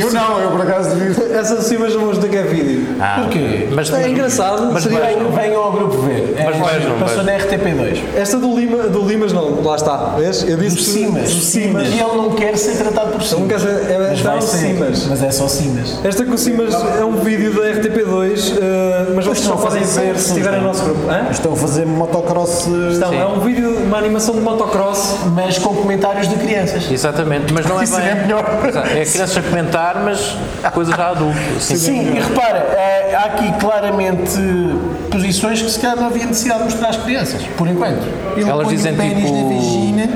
Speaker 3: Eu não, eu por acaso *laughs* vi.
Speaker 2: Essas cimas não vão ter que é vídeo.
Speaker 8: Porquê?
Speaker 5: Mas,
Speaker 2: É engraçado. seria
Speaker 8: Venham- Venham ao grupo ver. É,
Speaker 5: Mas vejam,
Speaker 8: Passou na RTP2.
Speaker 2: Esta do, Lima, do Limas não, lá está. Vês? Eu disse
Speaker 8: Por cimas.
Speaker 2: Do Cimas.
Speaker 8: E ele não quer ser tratado por cimas.
Speaker 2: Não quer ser- é-
Speaker 8: mas
Speaker 2: está
Speaker 8: vai
Speaker 2: o
Speaker 8: ser.
Speaker 2: cimas.
Speaker 8: Mas é só cimas.
Speaker 2: Esta com o Simas é um vídeo da RTP2, eh, mas vocês
Speaker 8: Estão
Speaker 2: só
Speaker 8: a
Speaker 2: podem
Speaker 8: fazer
Speaker 2: ver se
Speaker 8: versões,
Speaker 2: estiverem no
Speaker 8: não?
Speaker 2: nosso grupo. Hã?
Speaker 3: Estão a fazer motocross. eh,
Speaker 2: Então, é um vídeo, uma animação de motocross.
Speaker 8: Mas com comentários de crianças.
Speaker 5: exatamente, mas não é bem.
Speaker 3: é melhor.
Speaker 5: Exato, É crianças a comentar, mas coisas já adulto. assim.
Speaker 8: Sim, e repara, eh, há aqui claramente posições que se calhar não havia necessidade de mostrar às crianças, por enquanto.
Speaker 3: Ele
Speaker 5: Elas
Speaker 3: põe o
Speaker 5: dizem
Speaker 3: pênis
Speaker 5: tipo-
Speaker 3: na vagina.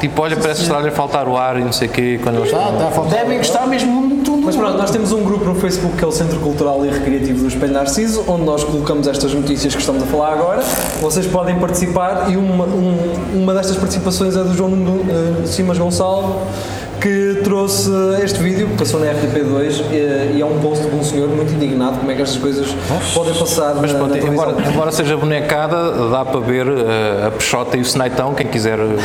Speaker 5: Tipo, olha, parece que está-lhe a faltar o ar e não sei o quê. Quando eles
Speaker 3: Ah,
Speaker 5: estão.
Speaker 3: está a faltar.
Speaker 8: Devem gostar mesmo muito do
Speaker 2: Mas pronto, nós temos um grupo no Facebook que é o Centro Cultural e Recreativo do Espelho Narciso, onde nós colocamos estas notícias que estamos a falar agora. Vocês podem participar e uma, um- uma destas participações é do João eh, Simas Gonçalo, que trouxe este vídeo que passou na RTP2 eh, e é um post de um senhor muito indignado como é que estas coisas podem passar
Speaker 5: Mas
Speaker 2: na,
Speaker 5: pronto,
Speaker 2: na televisão.
Speaker 5: embora, embora seja bonecada, dá para ver eh, a Peixota e o Senaitão, quem quiser, eh,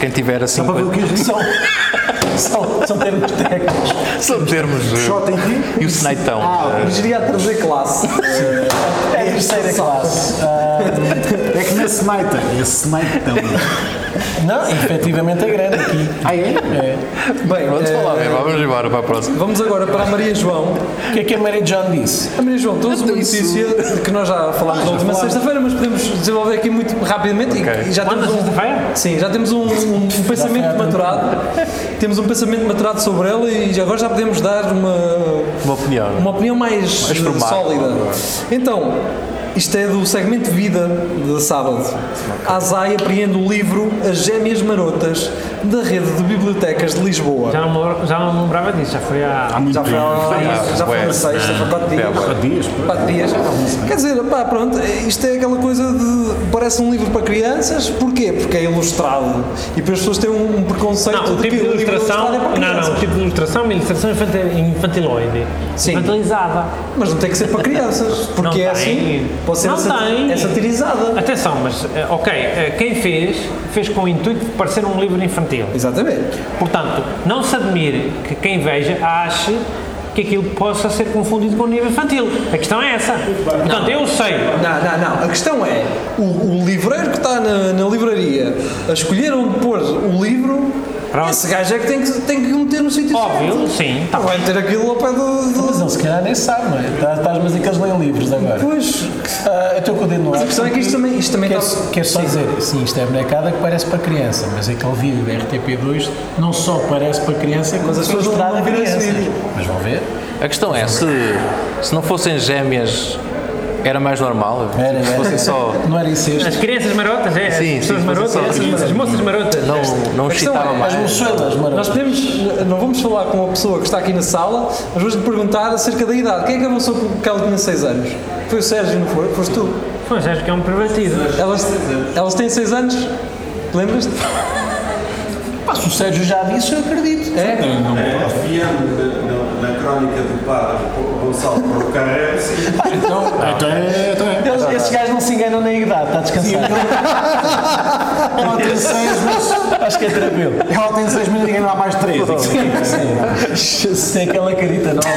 Speaker 5: quem tiver assim.
Speaker 8: Para ver o que eles são. São, são termos técnicos.
Speaker 5: São termos. eh,
Speaker 3: Shot em ti.
Speaker 5: E o Senaitão.
Speaker 2: Ah, mas iria a trazer classe.
Speaker 5: *laughs*
Speaker 8: É a terceira classe. Ah,
Speaker 3: É que na Sniper. É Sniper.
Speaker 8: não, efetivamente é grande aqui. Ah, é?
Speaker 2: Bem,
Speaker 5: Pronto,
Speaker 2: eh,
Speaker 5: vá lá ver, vá, vamos embora para a próxima.
Speaker 2: vamos agora para a Maria João.
Speaker 8: O que é que a Mary John disse?
Speaker 2: A Maria João, trouxe uma notícia de que nós Ah, já falámos na última sexta-feira, mas podemos desenvolver aqui muito rapidamente. e- E, já
Speaker 6: Quando,
Speaker 2: temos um,
Speaker 6: sexta-feira?
Speaker 2: Sim, já temos um, um- um pensamento maturado. Temos um pensamento maturado sobre ela e agora já podemos dar uma,
Speaker 5: Uma opinião.
Speaker 2: uma opinião mais, eh,
Speaker 5: Mais formada.
Speaker 2: sólida. Então, isto é do segmento Vida de sábado. A ASAI apreende o livro As Gêmeas Marotas da Rede de Bibliotecas de Lisboa.
Speaker 6: Já não, me lembro- já não me lembrava disso, já foi há.
Speaker 2: Já foi, há-
Speaker 5: tempo.
Speaker 2: já foi
Speaker 5: Ué.
Speaker 2: na sexta, foi é quatro dias. Quatro dias. Quer dizer, pá, pronto, isto é aquela coisa de. parece um livro para crianças, porquê? Porque é ilustrado. E depois as pessoas têm um preconceito
Speaker 6: Não, o
Speaker 2: de
Speaker 6: tipo
Speaker 2: que
Speaker 6: de
Speaker 2: o livro
Speaker 6: ilustração.
Speaker 2: ilustrado é para
Speaker 6: Não,
Speaker 2: crianças.
Speaker 6: não, o tipo de ilustração é uma ilustração infantil, infantiloide.
Speaker 2: Sim.
Speaker 6: Infantilizada.
Speaker 2: Mas não tem que ser para crianças,
Speaker 6: Não
Speaker 2: porque é
Speaker 6: tem.
Speaker 2: assim. Pode ser
Speaker 6: Não
Speaker 2: a sat-
Speaker 6: tem.
Speaker 2: é satirizada.
Speaker 6: Atenção, mas, eh, ok, eh, quem fez, fez com o intuito de parecer um livro infantil.
Speaker 2: Exatamente.
Speaker 6: Portanto, não se admire que quem veja ache que aquilo possa ser confundido com o nível infantil. A questão é essa. Portanto, eu sei.
Speaker 2: Não, não, não. A questão é, o, o livreiro que está na, na livraria a escolher onde pôr o livro,
Speaker 6: Pronto.
Speaker 2: esse gajo é que tem que, tem que o meter no sítio certo.
Speaker 6: Óbvio, sim. Tá.
Speaker 2: Não vai ter aquilo ao pé do. do-
Speaker 8: Mas ele se calhar nem sabe, não é? Tá- Estás-me a dizer que eles leem livros agora.
Speaker 2: Pois,
Speaker 8: Ah, eu estou com o dedo no
Speaker 2: Mas
Speaker 8: ar.
Speaker 2: a questão é que isto também- isto também
Speaker 8: Quero,
Speaker 2: está-
Speaker 8: quero só dizer, sim, isto é bonecada que parece para criança, mas aquele vídeo da RTP2 não só parece para criança, como
Speaker 2: Mas as
Speaker 8: foi
Speaker 2: pessoas não
Speaker 8: mostrado
Speaker 2: vão
Speaker 8: a
Speaker 2: ver esse
Speaker 8: crianças.
Speaker 2: vídeo.
Speaker 8: Mas vão ver.
Speaker 5: A questão é, se, se não fossem gêmeas, Era mais normal.
Speaker 8: Era,
Speaker 5: se
Speaker 8: era.
Speaker 5: fosse só.
Speaker 8: Não era incesto.
Speaker 6: As crianças marotas, é?
Speaker 5: Sim,
Speaker 6: as pessoas
Speaker 5: sim,
Speaker 6: marotas,
Speaker 5: só-
Speaker 6: essas,
Speaker 5: sim.
Speaker 6: essas moças marotas.
Speaker 5: Não, não
Speaker 2: A questão
Speaker 5: excitava
Speaker 2: é-
Speaker 5: mais.
Speaker 8: As moçoilas,
Speaker 2: Nós
Speaker 8: maravilha.
Speaker 2: podemos, não vamos falar com a pessoa que está aqui na sala, mas vamos lhe perguntar acerca da idade. Quem é que avançou porque ela tinha 6 anos? Foi o Sérgio, não foi? Foste tu.
Speaker 6: Mas acho que é um pervertido.
Speaker 2: Elas, elas têm 6 anos? Lembras-te?
Speaker 8: Pá, se o Sérgio já disse, eu acredito.
Speaker 2: É?
Speaker 7: Confiando na- na na crónica do padre Gonçalo Procarré,
Speaker 8: *laughs*
Speaker 7: sim.
Speaker 3: Então é, então é.
Speaker 8: Ah, Eles- esses gajos não se enganam na idade, está *laughs* descansado.
Speaker 3: Ela tem seis, mas
Speaker 8: Acho que é tranquilo.
Speaker 3: ela tem seis, mas ninguém dá mais três.
Speaker 8: é Tem aquela carita *laughs* nova.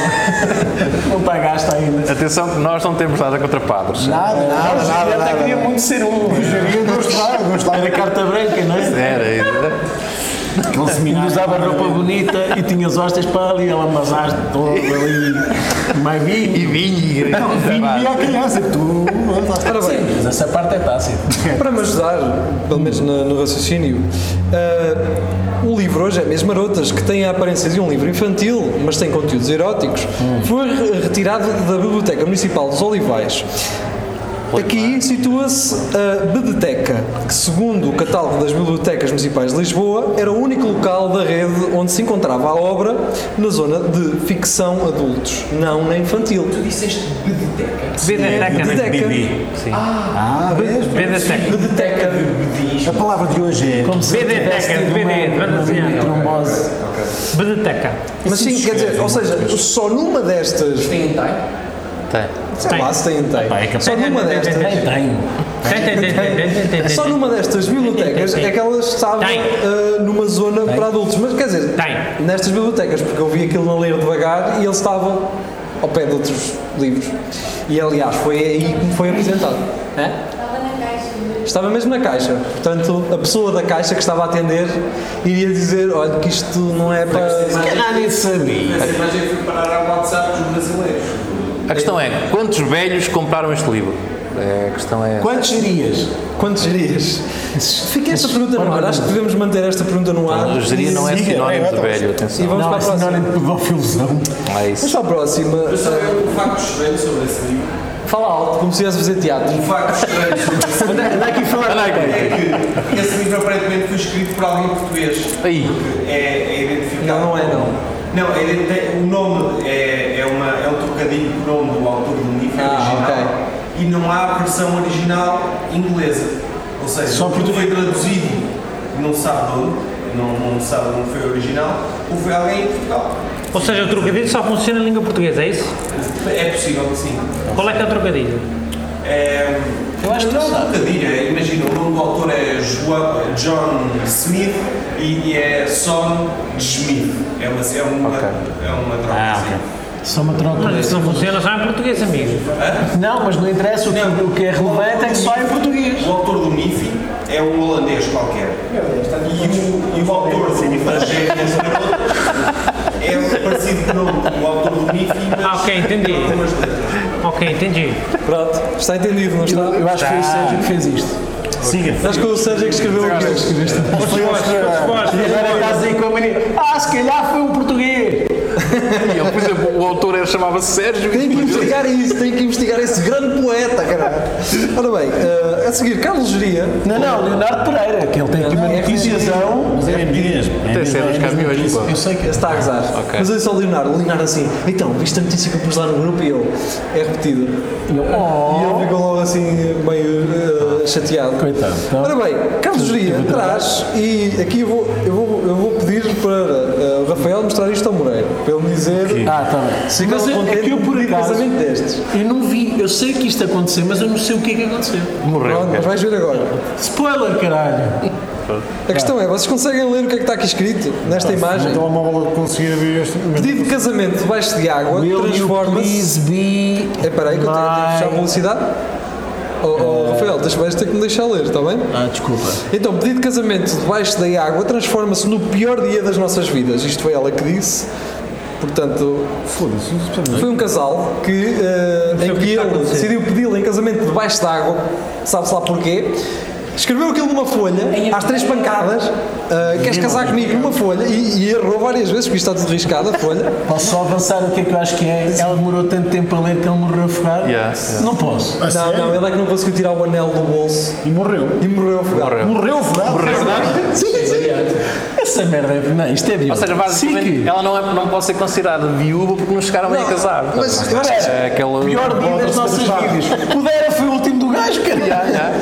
Speaker 8: Não está né? gasta ainda.
Speaker 5: Atenção que nós não temos nada contra padres.
Speaker 8: É,
Speaker 3: Nada, nada, nada.
Speaker 8: Eu até queria
Speaker 3: nada.
Speaker 8: muito ser um.
Speaker 3: Eu gostava, eu gostava.
Speaker 8: Era carta branca, não é?
Speaker 5: Era, era.
Speaker 3: Aquele
Speaker 8: Ainda
Speaker 3: seminário.
Speaker 8: usava roupa bonita e tinha as hostas para ali, ela amazaste todo ali. Mais vinho.
Speaker 5: E vinho. e-
Speaker 3: E a criança, tu.
Speaker 2: Ora bem,
Speaker 8: Mas essa parte é tácita.
Speaker 2: para me ajudar, pelo menos no, no raciocínio, ah, o livro hoje é Mesmo Marotas, que tem a aparência de um livro infantil, mas tem conteúdos eróticos, foi re- retirado da Biblioteca Municipal dos Olivais. Aqui situa-se a Bedeteca, que segundo o catálogo das bibliotecas municipais de Lisboa, era o único local da rede onde se encontrava a obra na zona de ficção adultos, não na infantil.
Speaker 6: Bedeteca, né?
Speaker 2: Bedeteca.
Speaker 3: Ah, vês?
Speaker 6: Bedeteca.
Speaker 2: Bedeteca.
Speaker 3: A palavra de hoje é.
Speaker 6: Bedeteca, de BD, Bedeteca.
Speaker 8: Trombose.
Speaker 6: Bedeteca.
Speaker 2: Mas sim, quer dizer, ou seja, só numa destas
Speaker 5: Tem.
Speaker 2: Sei
Speaker 6: Tem.
Speaker 2: lá se tem, tem.
Speaker 8: é
Speaker 6: é
Speaker 2: Só numa destas. É
Speaker 8: Tem, tem.
Speaker 6: Tem, tem, tem, tem, tem, tem, tem.
Speaker 2: Só numa destas bibliotecas é que elas estavam
Speaker 6: Tem.
Speaker 2: ah, numa zona para adultos. Mas quer dizer,
Speaker 6: Tem.
Speaker 2: nestas bibliotecas, porque eu vi aquilo na ler devagar e ele estava ao pé de outros livros. E aliás, foi aí que me foi apresentado. É?
Speaker 9: Estava na caixa.
Speaker 2: Estava mesmo na caixa. Portanto, a pessoa da caixa que estava a atender iria dizer: olha, que isto não é para.
Speaker 8: Ah, nem sabia.
Speaker 7: Essa imagem foi parar ao WhatsApp dos brasileiros.
Speaker 5: A questão é, quantos velhos compraram este livro? É, a questão é.
Speaker 8: Quantos serias?
Speaker 2: Quantos gerias? Fica esta pergunta no ar. Acho que devemos manter esta pergunta no ar.
Speaker 5: A geria não é sinónimo de velho,
Speaker 2: E
Speaker 5: atenção.
Speaker 2: vamos
Speaker 8: Não,
Speaker 2: para
Speaker 8: é
Speaker 2: a próxima.
Speaker 8: sinónimo de pedofilosão.
Speaker 5: Não é
Speaker 2: Mas
Speaker 5: isso.
Speaker 2: para a próxima,
Speaker 7: Eu só lembro um facto estranho sobre esse livro.
Speaker 2: fala alto, como se estivesse a fazer teatro.
Speaker 7: Um facto estranho sobre esse livro
Speaker 8: Anda aqui a falar.
Speaker 5: Olha aqui.
Speaker 7: é que esse livro aparentemente foi escrito por alguém português.
Speaker 5: Aí.
Speaker 7: É, é identificado.
Speaker 2: Não, não é, não.
Speaker 7: Não, é identi- o nome é, é, uma, é um trocadilho com o nome do autor do livro
Speaker 2: Ah,
Speaker 7: original
Speaker 2: ok.
Speaker 7: e não há versão original inglesa. Ou seja, Só porque foi traduzido, não se sabe de onde, não, não se sabe onde foi original, ou foi alguém em Portugal.
Speaker 6: Ou seja, o trocadilho só funciona em língua portuguesa, é isso?
Speaker 7: É possível que sim.
Speaker 6: Qual é que é o trocadilho?
Speaker 7: É,
Speaker 8: Eu acho que
Speaker 7: não
Speaker 8: não
Speaker 7: é um trocadilho, é, imagina, o nome do autor é João, John Smith e, e é Son Smith. É uma, é uma, é uma troca.
Speaker 8: Ah,
Speaker 7: sim.
Speaker 8: Só uma troca.
Speaker 6: Mas isso não funciona só em português, amigo.
Speaker 8: Não, mas não interessa. O que, o que é relevante é que só em português.
Speaker 7: O autor do Miffy é um holandês qualquer. E o, e o autor do das Gêmeas Marotas é um parecido com o nome do autor do Miffy, mas
Speaker 6: Ah, ok, entendi.
Speaker 7: com algumas letras.
Speaker 6: Ok, entendi.
Speaker 2: Pronto, está entendido, não está?
Speaker 8: Eu acho que foi o Sérgio que fez isto.
Speaker 3: Siga.
Speaker 2: Acho que o Sérgio é que escreveu aquilo.
Speaker 8: E agora estás aí com a mania. Ah, se calhar foi um português.
Speaker 5: Ele, por exemplo, o autor era- chamava-se Sérgio.
Speaker 2: Tem que investigar isso, tem que investigar esse grande poeta, caralho. Ora bem, eh, a seguir, Carlos Geria.
Speaker 8: Não, não, Leonardo Pereira, que ele tem aqui uma
Speaker 2: É
Speaker 8: noticiazão.
Speaker 3: Mas é mesmo. é
Speaker 5: Até
Speaker 3: mesmo,
Speaker 5: ser
Speaker 3: é
Speaker 5: os
Speaker 3: mesmo
Speaker 5: caminhões,
Speaker 3: isso.
Speaker 5: pô.
Speaker 8: Eu sei que
Speaker 2: Está a gozar.
Speaker 5: Ok.
Speaker 2: Mas olha só o Leonardo. O Leonardo assim, então, viste a notícia que eu pus lá no grupo e eu, é repetida.
Speaker 8: Oh.
Speaker 2: E ele ficou logo assim, meio eh, chateado.
Speaker 8: Coitado, então.
Speaker 2: Ora bem, Carlos Geria traz, e aqui eu vou, eu vou, eu vou pedir para eh, o Rafael mostrar isto ao Moreira, para ele me dizer
Speaker 8: Ah, está bem.
Speaker 2: se
Speaker 8: Mas
Speaker 2: ele
Speaker 8: eu-
Speaker 2: contente
Speaker 8: é que eu, por
Speaker 2: de pedir
Speaker 8: acaso,
Speaker 2: casamento destes.
Speaker 8: eu não vi. Eu sei que isto aconteceu, mas eu não sei o que é que aconteceu.
Speaker 5: Morreu.
Speaker 2: Pronto, mas vais ver agora.
Speaker 8: Spoiler, caralho.
Speaker 2: A questão é, vocês conseguem ler o que é que está aqui escrito nesta imagem?
Speaker 3: Então a móvel conseguia ver este.
Speaker 2: Pedido de casamento debaixo de água
Speaker 8: Will you
Speaker 2: transforma-se.
Speaker 8: please be
Speaker 2: É peraí que eu tenho de fechar a
Speaker 8: my- Eh,
Speaker 2: velocidade. Oh, oh, Rafael, deixa- vais ter que me deixar ler, está bem?
Speaker 8: Ah, desculpa.
Speaker 2: Então, pedido de casamento debaixo da água transforma-se no pior dia das nossas vidas. Isto foi ela que disse. Portanto,
Speaker 3: Foda-se, isso precisa-
Speaker 2: foi um casal que, eh, em que ele decidiu pedi-la em casamento debaixo d'água, sabe-se lá porquê. Escreveu aquilo numa folha, às três pancadas, ah, queres casar comigo numa folha, e, e errou várias vezes, porque isto está tudo riscado, a folha.
Speaker 8: Posso só avançar o que é que eu acho que é? Ela demorou tanto tempo a ler que ele morreu afogado.
Speaker 5: Yeah, yeah.
Speaker 8: Não posso.
Speaker 3: *laughs* A
Speaker 2: Não,
Speaker 3: sério?
Speaker 2: não, ele é que não conseguiu tirar o anel do bolso
Speaker 3: E morreu.
Speaker 2: e morreu afogado.
Speaker 3: Morreu é afogado?
Speaker 2: Sim, sim.
Speaker 8: Essa merda é. Não, isto é violento.
Speaker 5: Ou seja, basicamente,
Speaker 8: Sim, que-
Speaker 5: ela não, é, não pode ser considerada viúva porque não chegaram bem a casar.
Speaker 2: mas eu acho que-
Speaker 5: é aquela...
Speaker 8: Pior dia das nossas vidas. O Dera foi o
Speaker 3: Tipo
Speaker 8: último do gajo,
Speaker 5: Yeah,
Speaker 8: caralho.
Speaker 5: yeah.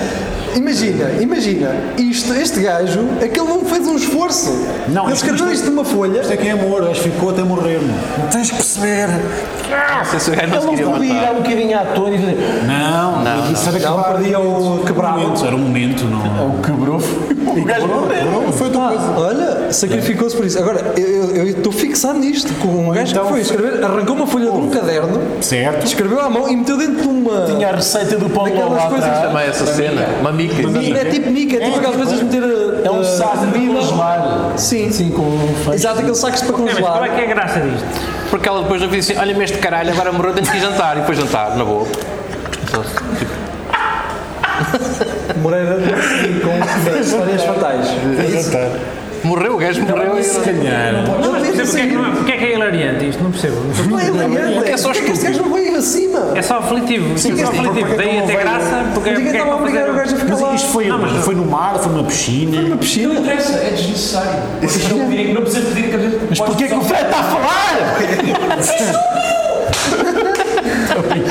Speaker 2: Imagina, imagina, isto, este gajo, aquele não fez um esforço.
Speaker 3: Não,
Speaker 2: ele
Speaker 3: isto-
Speaker 2: escreveu isto numa folha.
Speaker 3: Isto é que é amor, acho que ficou até morrer, é? mano.
Speaker 8: Tens que perceber.
Speaker 5: Não sei se o gajo não
Speaker 8: Ele
Speaker 5: se
Speaker 8: não
Speaker 5: queria
Speaker 8: podia ir
Speaker 5: matar.
Speaker 8: um bocadinho à tona e fazer.
Speaker 3: Não, não. Isso era
Speaker 2: Não,
Speaker 3: acabar-
Speaker 2: perdia o quebrado.
Speaker 3: Era um momento, não.
Speaker 8: O quebrou. O gajo morreu.
Speaker 3: Foi outra coisa.
Speaker 2: Ah, Olha, sacrificou-se por isso. Agora, eu- eu eu estou fixado nisto, com um gajo
Speaker 8: Então
Speaker 2: que foi escrever, arrancou uma folha de um caderno,
Speaker 3: Certo.
Speaker 2: escreveu à mão e meteu dentro de uma.
Speaker 8: Tinha a receita do pão de
Speaker 2: Daquelas
Speaker 8: ló lá
Speaker 2: coisas
Speaker 8: atrás.
Speaker 5: Também essa cena. Mamica.
Speaker 2: É tipo nica, é tipo aquelas coisas de meter. a-
Speaker 8: É um
Speaker 2: a
Speaker 8: saco de
Speaker 2: comida.
Speaker 8: congelar.
Speaker 2: Sim.
Speaker 8: Sim, com um fecho.
Speaker 2: Exato, aqueles sacos para
Speaker 6: É, mas
Speaker 2: congelar.
Speaker 6: qual é que é a graça disto?
Speaker 5: Porque ela depois não fez assim, olha-me este caralho, agora morreu, tenho que ir jantar. E depois jantar, na boa.
Speaker 2: Moreira
Speaker 8: *laughs*
Speaker 2: sim, com histórias fatais. é
Speaker 5: Morreu, o gajo morreu. e-
Speaker 6: Não, mas percebo porque é que não é, porque é que é hilariante isto? Não percebo. Não percebo.
Speaker 2: Não é elegante,
Speaker 5: Porque é só
Speaker 2: porque este gajo não veio acima.
Speaker 6: É só aflitivo. Sim, é só aflitivo. Daí até graça, porque é
Speaker 2: Ninguém
Speaker 6: porque é que
Speaker 2: estava a
Speaker 6: não
Speaker 2: obrigar o
Speaker 6: fizeram-
Speaker 2: gajo a ficar
Speaker 3: Mas
Speaker 2: lá.
Speaker 3: isto foi, um,
Speaker 6: Não, mas-
Speaker 3: foi no mar, foi numa piscina.
Speaker 2: Piscina.
Speaker 9: interessa, é desnecessário. Vocês não pedirem, não precisam pedir cabeça.
Speaker 8: Mas porquê que o Fred está a falar?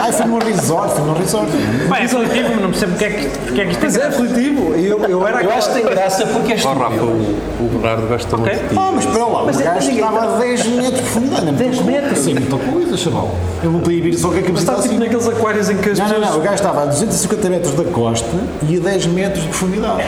Speaker 3: Ah, foi num resort, foi num resort.
Speaker 6: Bem, é aflitivo, mas não percebo porque é que, porque é que isto é
Speaker 2: Mas é
Speaker 6: graça.
Speaker 2: aflitivo. Eu, eu era
Speaker 8: Eu acho que tem graça porque é
Speaker 5: Oh,
Speaker 8: estúpido.
Speaker 5: Rafa, o, o Bernardo gosta muito de ti.
Speaker 3: Ah, mas espera lá, o gajo estava a 10 metros fundo. 10 metros? Sim, muita coisa, chaval. Eu vou proibir só o que é que
Speaker 2: Mas
Speaker 3: precisa
Speaker 2: está tipo
Speaker 3: assim.
Speaker 2: naqueles aquários em que as
Speaker 3: Não, não,
Speaker 2: pessoas.
Speaker 3: não, o gajo estava a 250 metros da costa e a 10 metros de profundidade.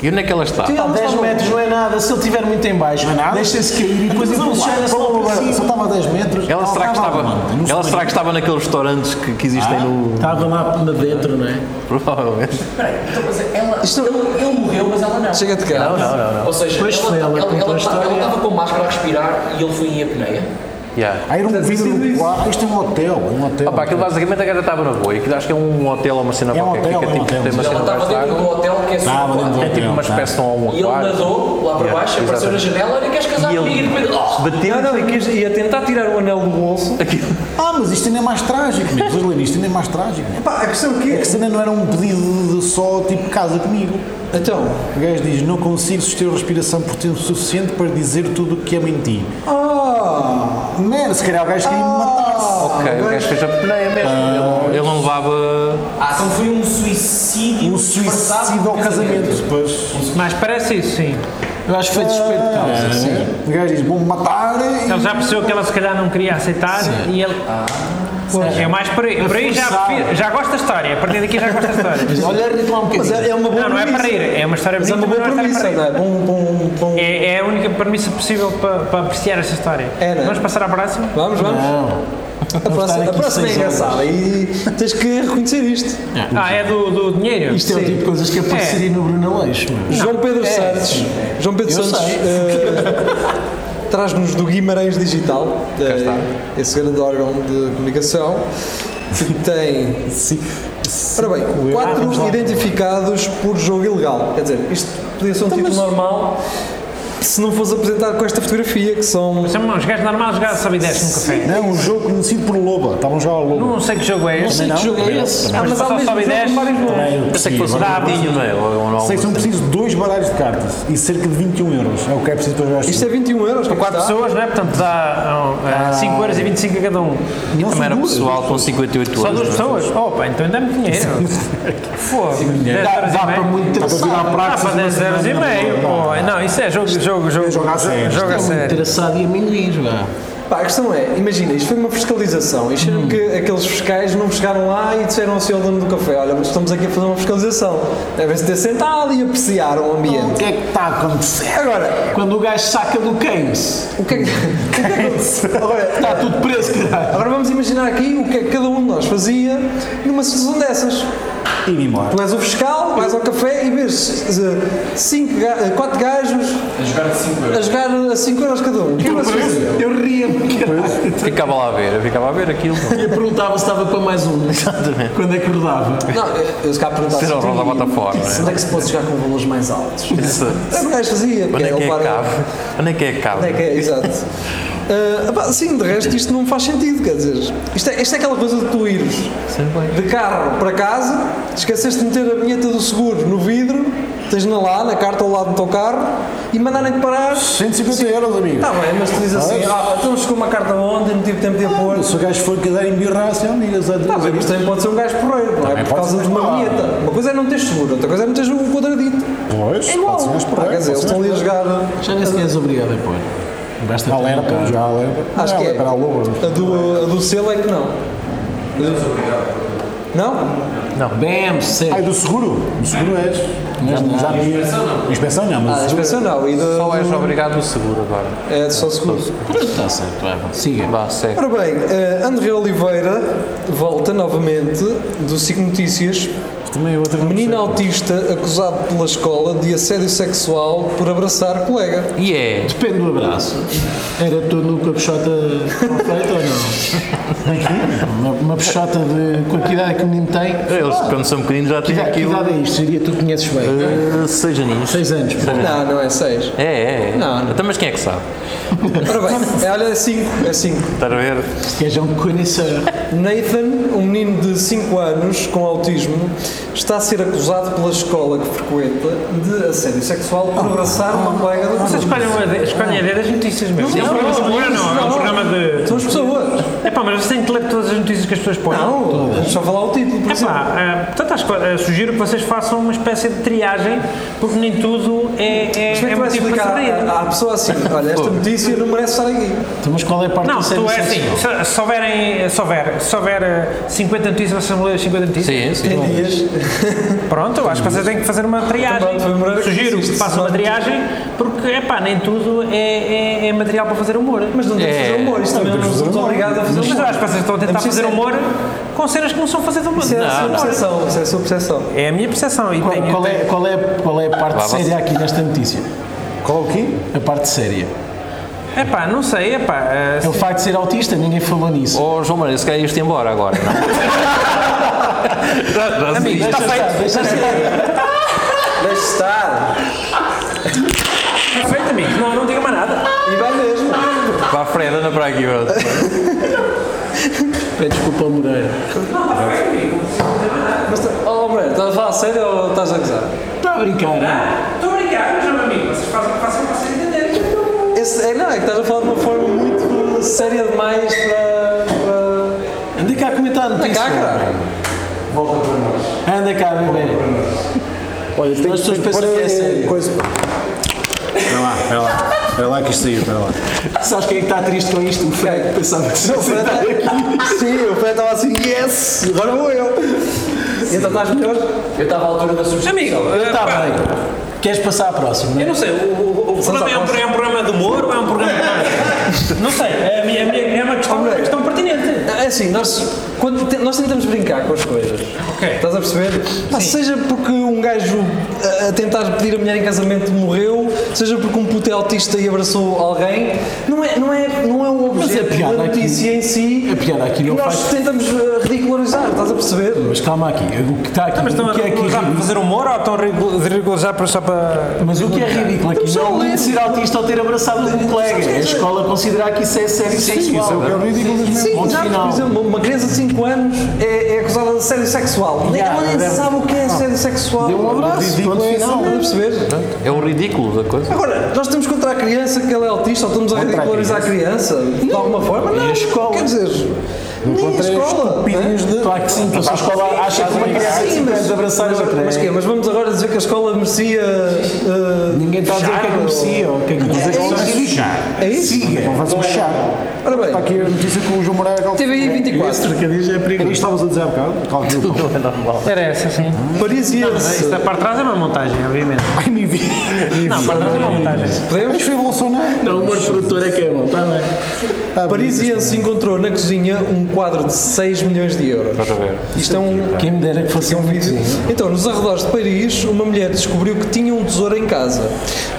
Speaker 5: E onde é que ela está?
Speaker 8: Pá, 10 metros não é nada, se ele estiver muito em baixo,
Speaker 5: é
Speaker 8: deixa-se cair e depois
Speaker 3: Mas
Speaker 8: ele
Speaker 3: vamos lá,
Speaker 8: puxa-se
Speaker 3: vamos
Speaker 8: lá para
Speaker 3: agora,
Speaker 8: cima.
Speaker 3: só estava a 10 metros.
Speaker 5: Ela será que estava, ela será que estava naqueles restaurantes que, que existem no.
Speaker 8: Estava lá para dentro, não é?
Speaker 5: Provavelmente.
Speaker 9: Então, mas ela, ele, ele morreu, mas ela não.
Speaker 2: Chega de cá.
Speaker 9: Ou seja,
Speaker 8: Pois
Speaker 9: ela
Speaker 8: foi, ela contou a história.
Speaker 9: estava com máscara a respirar e ele foi em apneia.
Speaker 5: Yeah.
Speaker 3: Aí era um vidro do quarto. Isto é um hotel, é um hotel.
Speaker 5: Opa, aquilo basicamente a gaja estava na boa. Aquilo acho que é um hotel ou uma cena
Speaker 3: É um
Speaker 5: qualquer.
Speaker 3: hotel,
Speaker 5: que
Speaker 3: é um
Speaker 5: fica, tipo,
Speaker 3: hotel.
Speaker 5: tem uma
Speaker 9: Mas
Speaker 5: cena
Speaker 9: ela estava
Speaker 5: debaixo
Speaker 9: dentro de um
Speaker 5: d'água.
Speaker 9: hotel que é
Speaker 3: Estava
Speaker 9: super
Speaker 3: dentro do
Speaker 9: claro.
Speaker 5: É tipo uma
Speaker 3: Hotel, tá.
Speaker 5: espécie de um
Speaker 9: E ele
Speaker 5: aquário.
Speaker 9: nadou lá para
Speaker 5: Yeah,
Speaker 9: baixo, apareceu na
Speaker 5: exatamente.
Speaker 9: janela, olha, queres casar
Speaker 5: E ele-
Speaker 9: comigo? E de repente,
Speaker 2: Não,
Speaker 9: oh,
Speaker 2: não, e que- e a tentar tirar o anel do bolso.
Speaker 3: Ah, mas isto ainda é mais trágico, meu. Vocês lerem isto ainda é mais trágico. meu.
Speaker 2: Pá, a questão que
Speaker 3: É
Speaker 2: é.
Speaker 3: que se ainda não era um pedido de só, tipo, casa comigo.
Speaker 2: Então,
Speaker 3: O gajo diz, não consigo suster a respiração por tempo suficiente para dizer tudo o que é em ti.
Speaker 2: ah,
Speaker 3: Merda, se calhar o gajo queria me matar-se.
Speaker 5: Ok, o gajo fez a peneia mesmo. Ele não- Ele não levava.
Speaker 9: Ah, então foi um suicídio.
Speaker 3: Um suicídio ao casamento, depois.
Speaker 6: Mas parece isso, sim.
Speaker 8: Eu acho que foi despeito de causa.
Speaker 3: Ah, O gajo diz, vou-me matar e...
Speaker 6: Ele Então já percebeu que ela se calhar não queria aceitar e ele.
Speaker 3: Ah.
Speaker 6: Pois, é mais por aí. Por aí já, percebi- já gosto da história. A partir daqui já gosto da história.
Speaker 8: Olha, ri-te lá um
Speaker 2: mas
Speaker 8: bocadinho.
Speaker 2: é, é uma boa
Speaker 6: Não, não é para
Speaker 2: premissa.
Speaker 6: rir. É uma história
Speaker 2: Mas é
Speaker 6: bonita,
Speaker 2: uma boa
Speaker 6: mas não é uma
Speaker 2: premissa,
Speaker 6: história
Speaker 2: não
Speaker 6: para
Speaker 2: é? Bom,
Speaker 6: rir.
Speaker 2: bom, bom.
Speaker 6: É, é a única premissa possível para, para apreciar esta história.
Speaker 2: É, não é?
Speaker 6: Vamos passar à próxima?
Speaker 2: Vamos, vamos. A
Speaker 8: estar
Speaker 2: próxima, a
Speaker 8: aqui
Speaker 2: próxima é
Speaker 8: seis
Speaker 2: engraçada
Speaker 8: horas.
Speaker 2: e tens que reconhecer isto.
Speaker 6: Ah, é do, do dinheiro?
Speaker 8: Isto é o tipo de coisas que
Speaker 6: É.
Speaker 8: apareceria no Bruno Aleixo. meu.
Speaker 2: João Pedro Santos, João Pedro
Speaker 8: É. Eu
Speaker 2: Santos
Speaker 8: sei.
Speaker 2: eh, traz-nos do Guimarães Digital, eh, esse grande órgão de comunicação, que tem. Ora bem, quatro identificados por jogo ilegal. Quer dizer, isto podia ser um
Speaker 8: Então,
Speaker 2: título normal se não fosse apresentado com esta fotografia, que são.
Speaker 6: São uns gajos normais, os gajos sabem deste num café.
Speaker 3: Não, um jogo conhecido por Loba. Estavam já ao Loba.
Speaker 6: Não sei que jogo é este.
Speaker 3: sei que jogo é esse.
Speaker 6: Ah, mas
Speaker 2: ao
Speaker 6: só
Speaker 2: mesmo
Speaker 6: sobe
Speaker 2: tempo,
Speaker 6: 10.
Speaker 2: vários nomes.
Speaker 5: Pensei que fosse um
Speaker 6: Dá,
Speaker 5: ratinho, não é? Ou, ou não,
Speaker 3: Sei que são precisos dois baralhos de cartas e cerca de 21 euros. É o que é preciso para jogar este
Speaker 2: Isto é
Speaker 3: jogo.
Speaker 2: 21 euros, para
Speaker 6: Quatro pessoas, não é? Portanto
Speaker 2: Ah.
Speaker 6: dá ah, 5,25€ a cada um.
Speaker 3: Não são
Speaker 5: Também era
Speaker 3: duas.
Speaker 5: pessoal com 58 anos.
Speaker 6: Só duas
Speaker 5: não é?
Speaker 6: pessoas? Opa, então ainda me dinheiro. Foda-se.
Speaker 8: Dá, dá para muito
Speaker 3: Para virar
Speaker 8: traçado.
Speaker 6: Ah,
Speaker 3: praxis,
Speaker 6: para
Speaker 3: uma
Speaker 6: 10 euros e
Speaker 3: semana,
Speaker 6: meio.
Speaker 3: não, não,
Speaker 6: pô. Não, isso é jogo, jogo, jogo.
Speaker 3: jogo a sério.
Speaker 6: Jogo a
Speaker 8: Dá muito
Speaker 6: sério.
Speaker 8: traçado e amendoins, vá.
Speaker 2: Pá, a questão é, imagina, isto foi uma fiscalização. Acharam que aqueles fiscais não chegaram lá e disseram assim ao senhor dono do café: Olha, mas estamos aqui a fazer uma fiscalização. Devem-se ter sentado e apreciar o
Speaker 3: O
Speaker 2: ambiente.
Speaker 3: que é que está a acontecer?
Speaker 2: Agora,
Speaker 8: Quando o gajo saca do Keynes,
Speaker 2: o que é que. o que é que *laughs* aconteceu? Agora,
Speaker 8: está tudo preso, caralho.
Speaker 2: agora vamos imaginar aqui o que é que cada um de nós fazia numa situação dessas.
Speaker 3: E ir embora.
Speaker 2: Tu és o fiscal, vais ao café e vês eh, 4 gajos
Speaker 7: A jogar de 5 euros.
Speaker 2: a jogar a 5 euros cada um.
Speaker 8: Eu ria porque
Speaker 5: Ficava lá a ver, eu ficava a ver aquilo.
Speaker 8: eu perguntava se estava para mais um. Exatamente. Quando acordava.
Speaker 2: Não, eu se calhar perguntava
Speaker 5: Ser o Ronda Botafogo, não é?
Speaker 2: onde é que se pode jogar com valores mais altos.
Speaker 5: Isso.
Speaker 2: É o gajo fazia,
Speaker 5: Onde é que é
Speaker 2: levar a-
Speaker 5: cabo? Onde é que é cabo?
Speaker 2: Onde é que é? Exato. Ah, pá, sim, de resto isto não faz sentido, quer dizer, isto é, isto é aquela coisa de tu ires de carro para casa, esqueceste de meter a vinheta do seguro no vidro, tens na lá, na carta ao lado do teu carro e mandarem-te parar.
Speaker 3: 150 euros, amigo.
Speaker 2: Está bem, mas tu dizes assim, ah, então chegou uma carta ontem, não tive tempo de a pôr.
Speaker 3: Se o gajo for cadar em birra, assim, amigas,
Speaker 2: Tá bem, mas
Speaker 3: adeus.
Speaker 2: também pode ser um gajo porreiro, não é? Por
Speaker 3: pode
Speaker 2: causa
Speaker 3: ser, Ah.
Speaker 2: de uma
Speaker 3: claro.
Speaker 2: vinheta. Uma coisa é não teres seguro, outra coisa é não teres um quadradito.
Speaker 3: Pois,
Speaker 2: É igual.
Speaker 3: pode ser mais
Speaker 2: Ah,
Speaker 3: porreiro,
Speaker 2: quer dizer, eles
Speaker 3: pode ser
Speaker 2: estão ali a
Speaker 3: mais
Speaker 2: jogar.
Speaker 8: Já nem sequer és obrigado a pôr. Basta
Speaker 3: Já lembra,
Speaker 8: ter um
Speaker 3: já lembra.
Speaker 2: Acho
Speaker 3: Já
Speaker 2: que é.
Speaker 3: lembra a loura.
Speaker 2: A do, a do selo é que não. Não?
Speaker 8: carro. Bem,
Speaker 3: Ah, é
Speaker 8: sério.
Speaker 3: do seguro? Do seguro és. Mas já vi. Inspeção não. Inspeção não,
Speaker 2: Ah,
Speaker 3: mas.
Speaker 2: a
Speaker 3: o seguro-
Speaker 2: inspeção não. E do,
Speaker 5: Só és obrigado no seguro agora.
Speaker 2: é de só seguro.
Speaker 8: Está Tá certo, vai, vá. Siga.
Speaker 5: Vá, segue.
Speaker 2: Ora bem, eh, André Oliveira volta novamente do SIC Notícias.
Speaker 3: Também é outra
Speaker 2: Menino autista acusado pela escola de assédio sexual por abraçar colega.
Speaker 5: E é.
Speaker 8: Depende do abraço. Era todo com a peixota completa ou não? Aqui? Uma, uma peixota de. com a que idade que o menino tem?
Speaker 5: Eles, quando são pequeninos, já
Speaker 8: Que
Speaker 5: têm
Speaker 8: idade, que
Speaker 5: aquilo.
Speaker 8: idade é isto? Seria tu conheces bem.
Speaker 5: Ah, Seis aninhos.
Speaker 8: Seis anos, pô.
Speaker 2: Não, não é seis.
Speaker 5: É, é, é.
Speaker 2: Não, não.
Speaker 5: Então, mas quem é que sabe?
Speaker 2: Ora bem, é, olha, é cinco. É cinco.
Speaker 5: Estás a ver?
Speaker 8: Que és um conhecedor.
Speaker 2: Nathan, um menino de 5 anos com autismo, está a ser acusado pela escola que frequenta de assédio sexual por abraçar uma colega do
Speaker 6: Vocês escolhem, uma de- escolhem a ideia das notícias mesmo. é um programa de cultura, não, é um programa de.
Speaker 2: São as pessoas.
Speaker 6: É pá, mas vocês têm que ler todas as notícias que as pessoas põem.
Speaker 2: Não, vamos só falar o título, por
Speaker 6: É
Speaker 2: exemplo.
Speaker 6: pá, eh, portanto, acho que, eh, sugiro que vocês façam uma espécie de triagem, porque nem tudo é, é,
Speaker 2: Mas como é
Speaker 6: é
Speaker 2: que tu vais
Speaker 6: motivo para
Speaker 2: explicar
Speaker 6: saber.
Speaker 2: à, à pessoa assim, olha, esta notícia não merece estar aqui.
Speaker 8: Então, mas qual é a parte
Speaker 6: Não,
Speaker 8: do
Speaker 6: tu é assim,
Speaker 8: sexual?
Speaker 6: se, se houverem, se houver, se houver eh, 50 notícias, vocês vão ler as 50 notícias?
Speaker 5: Sim, sim.
Speaker 2: Tem dias.
Speaker 6: Pronto, eu acho que vocês têm que fazer uma triagem.
Speaker 2: Também, também, Moreira,
Speaker 6: Sugiro que
Speaker 2: existe,
Speaker 6: façam uma
Speaker 2: sabe?
Speaker 6: triagem, porque, é pá, nem tudo é, é- é material para fazer humor.
Speaker 2: Mas não temos de fazer um humor, isto É. também não nos somos obrigados a fazer um
Speaker 6: Mas eu
Speaker 2: humor.
Speaker 6: acho que vocês estão a tentar
Speaker 2: Mas isso
Speaker 6: fazer
Speaker 2: é-
Speaker 6: humor com cenas que não são fazer humor.
Speaker 2: Isso é a sua
Speaker 6: Não, não.
Speaker 2: percepção, isso é a sua percepção.
Speaker 6: É a minha percepção. E
Speaker 8: Qual,
Speaker 6: tenho-
Speaker 8: qual é,
Speaker 6: tenho-
Speaker 8: qual, é, qual é a parte
Speaker 5: Vá, vá.
Speaker 8: séria aqui nesta notícia?
Speaker 3: Qual o quê?
Speaker 8: A parte séria.
Speaker 6: É pá, não sei, é pá. eh,
Speaker 8: É o facto de ser autista, ninguém falou nisso.
Speaker 5: Oh, João Maria, se calhar ias-te embora agora. Não? já, já se
Speaker 6: Amigo,
Speaker 5: diz.
Speaker 6: está feito.
Speaker 8: Deixa estar.
Speaker 2: Deixe estar.
Speaker 6: Está feito, amigo. Não, não diga mais nada.
Speaker 2: E vai mesmo.
Speaker 5: Vá, Fred, anda é para aqui, bro.
Speaker 8: Pede Oh, desculpa ao Moreira.
Speaker 2: Mas, tá- oh, Breno, estás a falar a sério ou estás a gozar?
Speaker 8: Está a brincar, não? é?
Speaker 6: Estou obrigado, mas meu amigo. Vocês fazem o que fazem para vocês entenderem.
Speaker 2: Esse, é, não, é que estás a falar de uma forma muito séria demais para. para...
Speaker 8: Anda cá a comentar a
Speaker 2: Vem
Speaker 8: notícia.
Speaker 2: cá, caralho.
Speaker 8: Anda cá, bebê. Olha, as pessoas pensam que é sério.
Speaker 3: Coisa. Espera lá, espera lá. Espera lá que isto saiu, espera lá.
Speaker 8: Sabes quem é que está triste com isto? O Frank pensava que se
Speaker 2: Não, o Fred
Speaker 8: sentar aqui.
Speaker 2: tá- Sim, o Fred estava assim, yes, agora vou eu. E então estás melhor?
Speaker 9: Eu estava à altura da sugestão.
Speaker 6: Amigo, eh,
Speaker 8: Está
Speaker 6: pá,
Speaker 8: bem. Queres passar à próxima? não é?
Speaker 6: Eu não sei, o, o- o- o programa é um, é um programa de humor ou é um programa de... Não sei, é, a minha- é a minha- é uma questão, uma questão pertinente.
Speaker 2: É assim, nós, quando te- nós tentamos brincar com as coisas.
Speaker 6: Ok.
Speaker 2: Estás a perceber? Pá, seja porque um gajo eh, a, a tentar pedir a mulher em casamento morreu, seja porque um puto é autista e abraçou alguém, não é, não é, não é um
Speaker 8: Mas a
Speaker 2: objeto
Speaker 8: piada
Speaker 2: da
Speaker 8: aqui-
Speaker 2: notícia em si.
Speaker 8: a piada aqui não
Speaker 2: que nós
Speaker 8: faz-
Speaker 2: tentamos eh, ridicularizar, estás a perceber?
Speaker 8: Mas calma aqui. O que está aqui,
Speaker 6: Mas estão
Speaker 8: o
Speaker 6: a
Speaker 8: que é
Speaker 6: ridicularizar para
Speaker 8: que
Speaker 6: um fazer humor ou então estão a ridicu- ridicularizar para- só para...
Speaker 8: mas o que é ridículo aqui
Speaker 2: só
Speaker 8: não
Speaker 2: a
Speaker 8: é
Speaker 2: ler.
Speaker 8: ser autista ou ter abraçado um colega. É a escola considerar que isso é sério sexual.
Speaker 3: Isso é o que é o ridículo das
Speaker 2: Sim,
Speaker 8: Ponto
Speaker 2: exato.
Speaker 8: final.
Speaker 2: Por exemplo, uma criança de 5 anos é, é acusada de assédio sexual. Nem
Speaker 8: Yeah,
Speaker 2: ela nem
Speaker 8: deve-
Speaker 2: sabe o que é assédio sexual.
Speaker 8: Dê um abraço,
Speaker 2: Ridículo
Speaker 8: ponto
Speaker 2: é esse,
Speaker 8: final.
Speaker 2: não é? Estás a perceber?
Speaker 5: É o ridículo da coisa.
Speaker 2: Agora, nós estamos contra a criança que ela é autista ou estamos a ridicularizar a criança, de alguma forma? Não,
Speaker 8: a escola.
Speaker 2: quer dizer, nem a escola. não é?
Speaker 8: Claro que sim, porque a escola acha que uma criança
Speaker 2: Sim,
Speaker 8: de 50
Speaker 2: mas,
Speaker 8: anos abraçar
Speaker 2: mas,
Speaker 8: outra.
Speaker 2: mas,
Speaker 8: é-
Speaker 2: quê? mas vamos agora dizer que a escola merecia. eh,
Speaker 8: Ninguém está a dizer o que é que
Speaker 2: Charme,
Speaker 8: merecia ou o que é que
Speaker 2: É isso.
Speaker 8: merecia.
Speaker 2: É isso?
Speaker 3: Então vai-se fechar.
Speaker 2: Ora bem.
Speaker 3: Está aqui a notícia que o João Moreira acabou.
Speaker 2: TVI 24.
Speaker 8: Trocadilhos é
Speaker 3: Era isto que
Speaker 8: perigoso.
Speaker 3: estavas a dizer há bocado? é Calma,
Speaker 6: Era essa, sim.
Speaker 2: Parisiense.
Speaker 6: Esta para trás é uma montagem, obviamente.
Speaker 3: Ai, me vi.
Speaker 6: Não, para trás é uma montagem.
Speaker 3: Mas foi Bolsonaro.
Speaker 8: Não, o humor produtor é que é bom, está bem.
Speaker 3: Ah,
Speaker 2: Parisiense encontrou na cozinha um quadro de 6 milhões de euros.
Speaker 5: Estás a ver? tá.
Speaker 2: Isto é um,
Speaker 8: Quem me dera que
Speaker 2: Esse
Speaker 8: fosse
Speaker 2: é um vídeo. Então, nos arredores de Paris, uma mulher descobriu que tinha um tesouro em casa.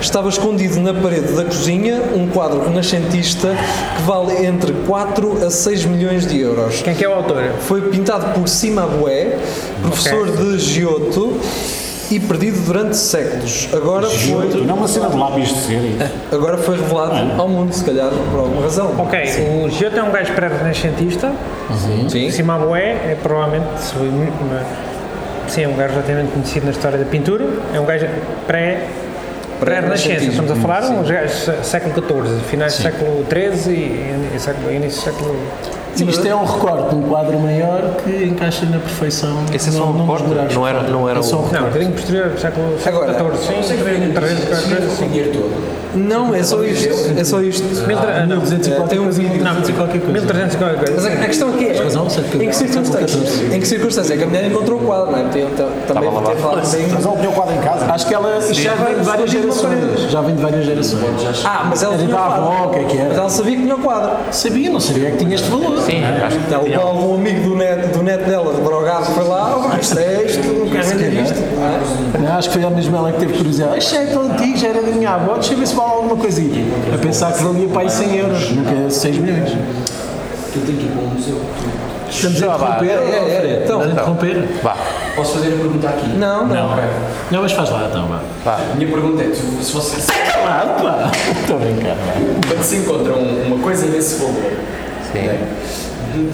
Speaker 2: Estava escondido na parede da cozinha um quadro renascentista que vale entre 4 a 6 milhões de euros.
Speaker 6: Quem é que é o autor?
Speaker 2: Foi pintado por Simabué, professor de Giotto e perdido durante séculos. Agora foi,
Speaker 8: Não é uma cena de lápis de cera.
Speaker 2: agora foi revelado ao mundo, se calhar, por alguma razão.
Speaker 6: Ok, o Giotto é um gajo pré-renascentista,
Speaker 2: Sim.
Speaker 6: Simabué é provavelmente, se- uma- sim, é um gajo relativamente conhecido na história da pintura, é um gajo pré- pré-renascença,
Speaker 2: Pré-renascentismo.
Speaker 6: estamos a falar uns gajos do século XIV, finais do século XIII e, e século- início do século...
Speaker 8: Isto é um recorte de um quadro maior que encaixa na perfeição.
Speaker 5: Esse é só
Speaker 8: Não-
Speaker 5: um
Speaker 8: não
Speaker 5: recorte?
Speaker 8: desmoralizes.
Speaker 5: Não era- não era
Speaker 8: É só um
Speaker 5: o-
Speaker 6: Não, um
Speaker 8: recorte.
Speaker 6: bocadinho posterior, século
Speaker 2: Agora,
Speaker 6: século XIV, sim, 1300, qualquer coisa assim.
Speaker 2: Não, é só isto. É só isto.
Speaker 6: 1300, Ah, não,
Speaker 2: Eh, Tem um vídeo.
Speaker 6: não, 1300 e qualquer coisa.
Speaker 2: Mas a a questão aqui é, em que circunstâncias? Em que circunstâncias? É que a mulher encontrou o quadro, não é? Tem- tam- também
Speaker 5: lá.
Speaker 2: tem falado
Speaker 3: Mas
Speaker 2: bem.
Speaker 3: ele tinha o quadro em casa.
Speaker 8: Acho que ela já vem de várias gerações. Já vem de várias gerações.
Speaker 2: Ah, mas ela
Speaker 8: Era
Speaker 2: tinha o
Speaker 8: da avó, o
Speaker 2: quadro.
Speaker 8: que é que
Speaker 2: Mas
Speaker 8: era?
Speaker 2: ela sabia que tinha o quadro.
Speaker 8: Sabia, não sabia é que tinha este valor.
Speaker 5: Sim, acho que
Speaker 2: Tal
Speaker 5: tinha.
Speaker 2: qual um amigo do neto, do neto dela, de drogado, foi lá, oh, isto é isto, não quero vender isto. não é?
Speaker 8: Não, acho que foi a mesma ela que teve curiosidade. Isto é tão antigo, já era da minha avó, deixa eu ver se vale alguma coisinha. A pensar que valia para aí 100 euros, nunca 6 milhões.
Speaker 9: Eu tenho que ir para o museu.
Speaker 8: Estamos a
Speaker 3: Ah,
Speaker 5: vá.
Speaker 8: interromper,
Speaker 2: É, é, é. Então,
Speaker 8: Estamos a interromper.
Speaker 5: Vá,
Speaker 9: Posso fazer a pergunta aqui?
Speaker 2: Não,
Speaker 6: É um
Speaker 2: não.
Speaker 8: Não, mas faz lá então, vá.
Speaker 9: A minha pergunta é: tu- se você se
Speaker 8: Claro, pá. Estou a brincar, vá.
Speaker 9: se encontra um- uma coisa desse valor, né?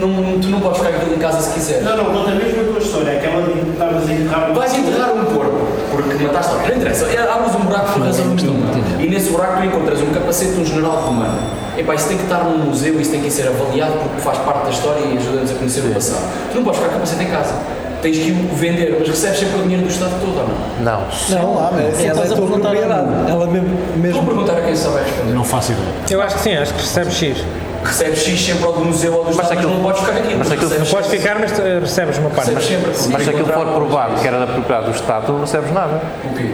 Speaker 9: não, tu não podes ficar com aquilo em casa se quiser.
Speaker 10: Não, não, conta mesmo a tua história, aquela de estavas a enterrar um
Speaker 9: Vais enterrar um corpo, porque mataste alguém. Não interessa, É, abres um buraco por razão nenhuma. E nesse buraco tu encontras um capacete de um general romano. Epá, isso tem que estar num museu, isso tem que ser avaliado porque faz parte da história e ajuda-nos a conhecer o passado. Tu não podes ficar com o capacete em casa. Tens que o vender, mas recebes sempre o dinheiro do Estado todo ou não?
Speaker 5: não.
Speaker 3: Não, lá, mas
Speaker 2: Ela é tua propriedade. Ela mesmo.
Speaker 9: Vou
Speaker 2: mesmo
Speaker 9: perguntar a quem sabe responder.
Speaker 8: Não faço ideia.
Speaker 6: Eu acho que sim, acho que recebe X.
Speaker 9: Recebes X sempre ao do museu ou do Estado, mas,
Speaker 5: aquilo-
Speaker 9: não podes ficar aqui.
Speaker 5: mas
Speaker 9: porque
Speaker 5: aquilo-
Speaker 9: recebes-
Speaker 6: Podes ficar, mas eh, recebes uma parte.
Speaker 9: recebes sempre.
Speaker 5: Mas se aquilo for provado que era da propriedade do Estado, tu não recebes nada.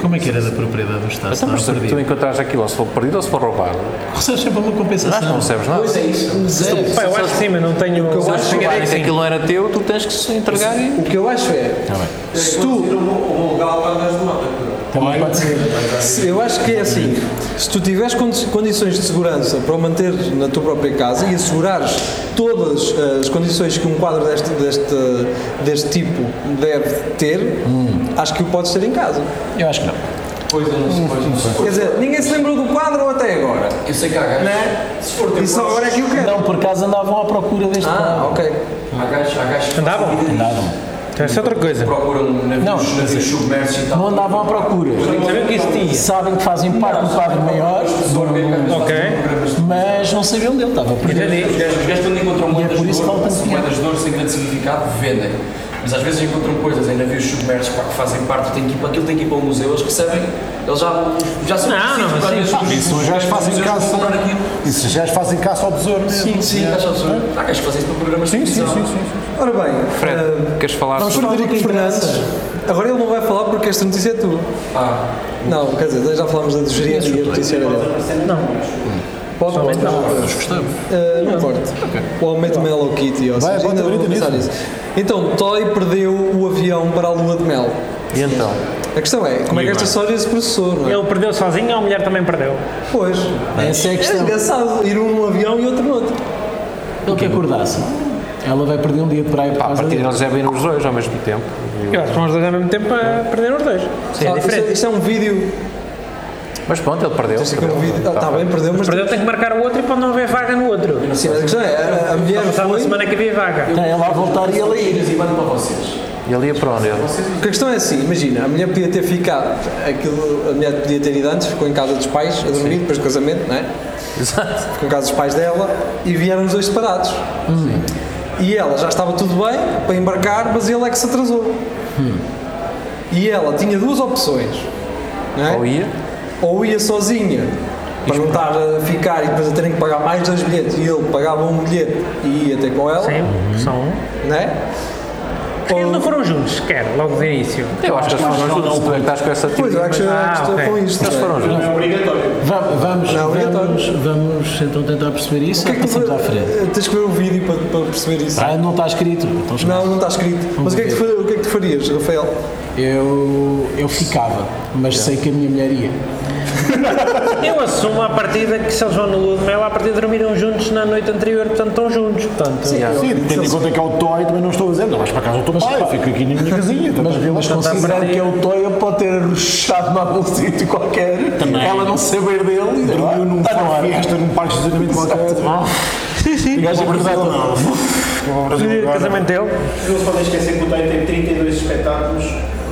Speaker 8: Como é que era da propriedade do Estado?
Speaker 5: Então, mas se tu encontrares aquilo, ou se for perdido ou se for roubado,
Speaker 8: Recebes é sempre uma
Speaker 5: acho que não
Speaker 8: compensação.
Speaker 5: recebes nada.
Speaker 9: Pois é isso.
Speaker 8: Zero.
Speaker 6: Pá, eu acho que sim, mas não tenho.
Speaker 2: eu
Speaker 6: não
Speaker 2: acho
Speaker 6: tenho
Speaker 2: que
Speaker 5: Provarem
Speaker 6: ideia,
Speaker 5: que
Speaker 6: sim.
Speaker 5: aquilo não era teu, tu tens que se entregar e.
Speaker 2: O que eu acho é,
Speaker 8: Tá
Speaker 2: se tu
Speaker 7: Um legal para andares de moto,
Speaker 9: então.
Speaker 7: cara.
Speaker 8: Também pode ser.
Speaker 2: Se- Eu acho que é assim. Se tu tiveres condi- condições de segurança para o manter na tua própria casa e assegurares todas as condições que um quadro deste, deste, deste tipo deve ter, acho que o podes ter em casa.
Speaker 8: Hum. Eu acho que não.
Speaker 9: Pois é, não sei, pois não sei.
Speaker 2: Quer dizer, ninguém se lembrou do quadro até agora.
Speaker 9: Eu sei que há gajos. É,
Speaker 2: é?
Speaker 9: Se for teu
Speaker 2: E só agora é que eu quero.
Speaker 8: Não, por acaso andavam à procura deste
Speaker 2: Ah,
Speaker 8: quadro.
Speaker 2: ok.
Speaker 9: Há gajos, há gajos que
Speaker 6: Andavam? Então, essa é outra coisa.
Speaker 9: procuram navios,
Speaker 8: Não.
Speaker 9: navios submersos e tal.
Speaker 8: Não andavam à procura.
Speaker 6: Sabiam que isso tinha.
Speaker 8: Sabem que fazem parte do quadro maior,
Speaker 6: Ok.
Speaker 8: mas não sabiam dele, estava perdido.
Speaker 6: Entendi.
Speaker 9: Os gajos, os gajos quando encontram
Speaker 8: E é
Speaker 9: moedas
Speaker 8: por
Speaker 9: de
Speaker 8: isso que
Speaker 9: ouro,
Speaker 8: falta dinheiro.
Speaker 9: moedas de ouro sem grande significado, vendem. Mas às vezes encontram coisas em navios submersos pá, que fazem parte, tem que ir para aquilo, tem que ir para o museu, eles recebem, eles já, já são
Speaker 6: Não, não, mas sim, pá,
Speaker 9: isso
Speaker 3: Os gajos fazem caso. Isso, os gajos fazem caso ao tesouro mesmo.
Speaker 9: Sim, sim, estás a perceber? Há gajos que fazem isso para programas de televisão.
Speaker 2: Ora bem,
Speaker 5: Fred,
Speaker 2: ah,
Speaker 5: queres falar
Speaker 2: vamos falar do Frederico Fernandes. Agora ele não vai falar porque esta notícia é tua.
Speaker 9: Ah,
Speaker 2: Não, quer dizer, já falámos da do gerente e a notícia era dele. Pode, pode. Nós gostamos. não importa. O aumento de Mel ao Kitty, ou
Speaker 3: Vai,
Speaker 2: seja,
Speaker 3: bota
Speaker 2: ainda vou
Speaker 3: bonita
Speaker 2: pensar
Speaker 3: nisso.
Speaker 2: nisso. Então, Toy perdeu o avião para a lua de mel.
Speaker 5: E então?
Speaker 2: A questão é, como é que esta história se processou, não é?
Speaker 6: Ele perdeu sozinho ou a mulher também perdeu?
Speaker 2: Pois.
Speaker 8: Essa é a
Speaker 2: É
Speaker 8: questão.
Speaker 2: engraçado ir um num avião e outro no outro.
Speaker 8: Ele que acordasse. Ela vai perder um dia de praia por
Speaker 5: Pá, a
Speaker 8: causa
Speaker 5: partir
Speaker 8: dele.
Speaker 5: deles devem ir os dois ao mesmo tempo.
Speaker 6: Eu acho que vamos dois ao mesmo tempo a perder os dois. Sim,
Speaker 2: Ah,
Speaker 6: é
Speaker 2: isto
Speaker 6: diferente.
Speaker 2: Isto é um vídeo.
Speaker 5: Mas pronto, ele perdeu.
Speaker 2: Isto é um vídeo. Está bem, perdeu, mas.
Speaker 6: Perdeu, tem que marcar o outro e pode não haver vaga no outro.
Speaker 2: Sim, mas a questão é, a, a mulher
Speaker 6: Passava uma
Speaker 2: foi.
Speaker 6: semana que havia vaga.
Speaker 8: Então, ela a voltar e ela ia.
Speaker 9: tiras e mando para vocês.
Speaker 5: E ele ia para onde? Ele?
Speaker 2: Porque a questão é assim, imagina, a mulher podia ter ficado, aquilo, a mulher podia ter ido antes, ficou em casa dos pais, a dormir, depois do casamento, não é?
Speaker 5: Exato.
Speaker 2: Ficou em casa dos pais dela e vieram os dois separados. E ela já estava tudo bem para embarcar, mas ele é que se atrasou. E ela tinha duas opções, não é?
Speaker 5: Ou ia?
Speaker 2: ou ia sozinha para não estar a ficar e depois a terem que pagar mais dois bilhetes e ele pagava um bilhete e ia ter com ela,
Speaker 6: Sim, são.
Speaker 2: né?
Speaker 6: Eles não foram juntos, quer, logo de início.
Speaker 5: Eu acho que eles foram juntos. Tu é que estás com essa teoria.
Speaker 6: Pois, eu acho que-
Speaker 5: mas- Ah,
Speaker 6: acho que estou
Speaker 5: ok. Então,
Speaker 6: com isto.
Speaker 5: Eles foram juntos.
Speaker 8: Va- Vamos, vamos, vamos então tentar perceber isso
Speaker 2: é
Speaker 8: ou passamos à frente?
Speaker 2: Eh, Tens que ver o vídeo para, para perceber isso.
Speaker 8: Ah, não está escrito.
Speaker 2: Não, não está escrito. Mas o que, é que tu, fa- o que é que tu farias, Rafael?
Speaker 8: Eu, eu ficava, mas sei que a minha mulher ia.
Speaker 6: Eu assumo à partida que se eles vão no Lua de Mel, à partida dormiram juntos na noite anterior, portanto estão juntos. Portanto, yeah.
Speaker 3: Sim, tendo em conta que é o Toy, também não estou a dizer, não vais para casa do teu pai, eu fico aqui na minha casinha. Mas
Speaker 8: Mas considerando que é o Toya, pode ter rechado lá
Speaker 3: *laughs*
Speaker 8: num sítio qualquer,
Speaker 3: Também.
Speaker 8: ela não saber dele e
Speaker 3: dormiu num
Speaker 8: fora.
Speaker 3: festa, num parque é? de estacionamento qualquer.
Speaker 6: Sim, sim.
Speaker 3: é
Speaker 8: gajo
Speaker 10: Brasil não.
Speaker 6: E o Casamento dele.
Speaker 10: Não se podem esquecer que o Toy tem 32 espetáculos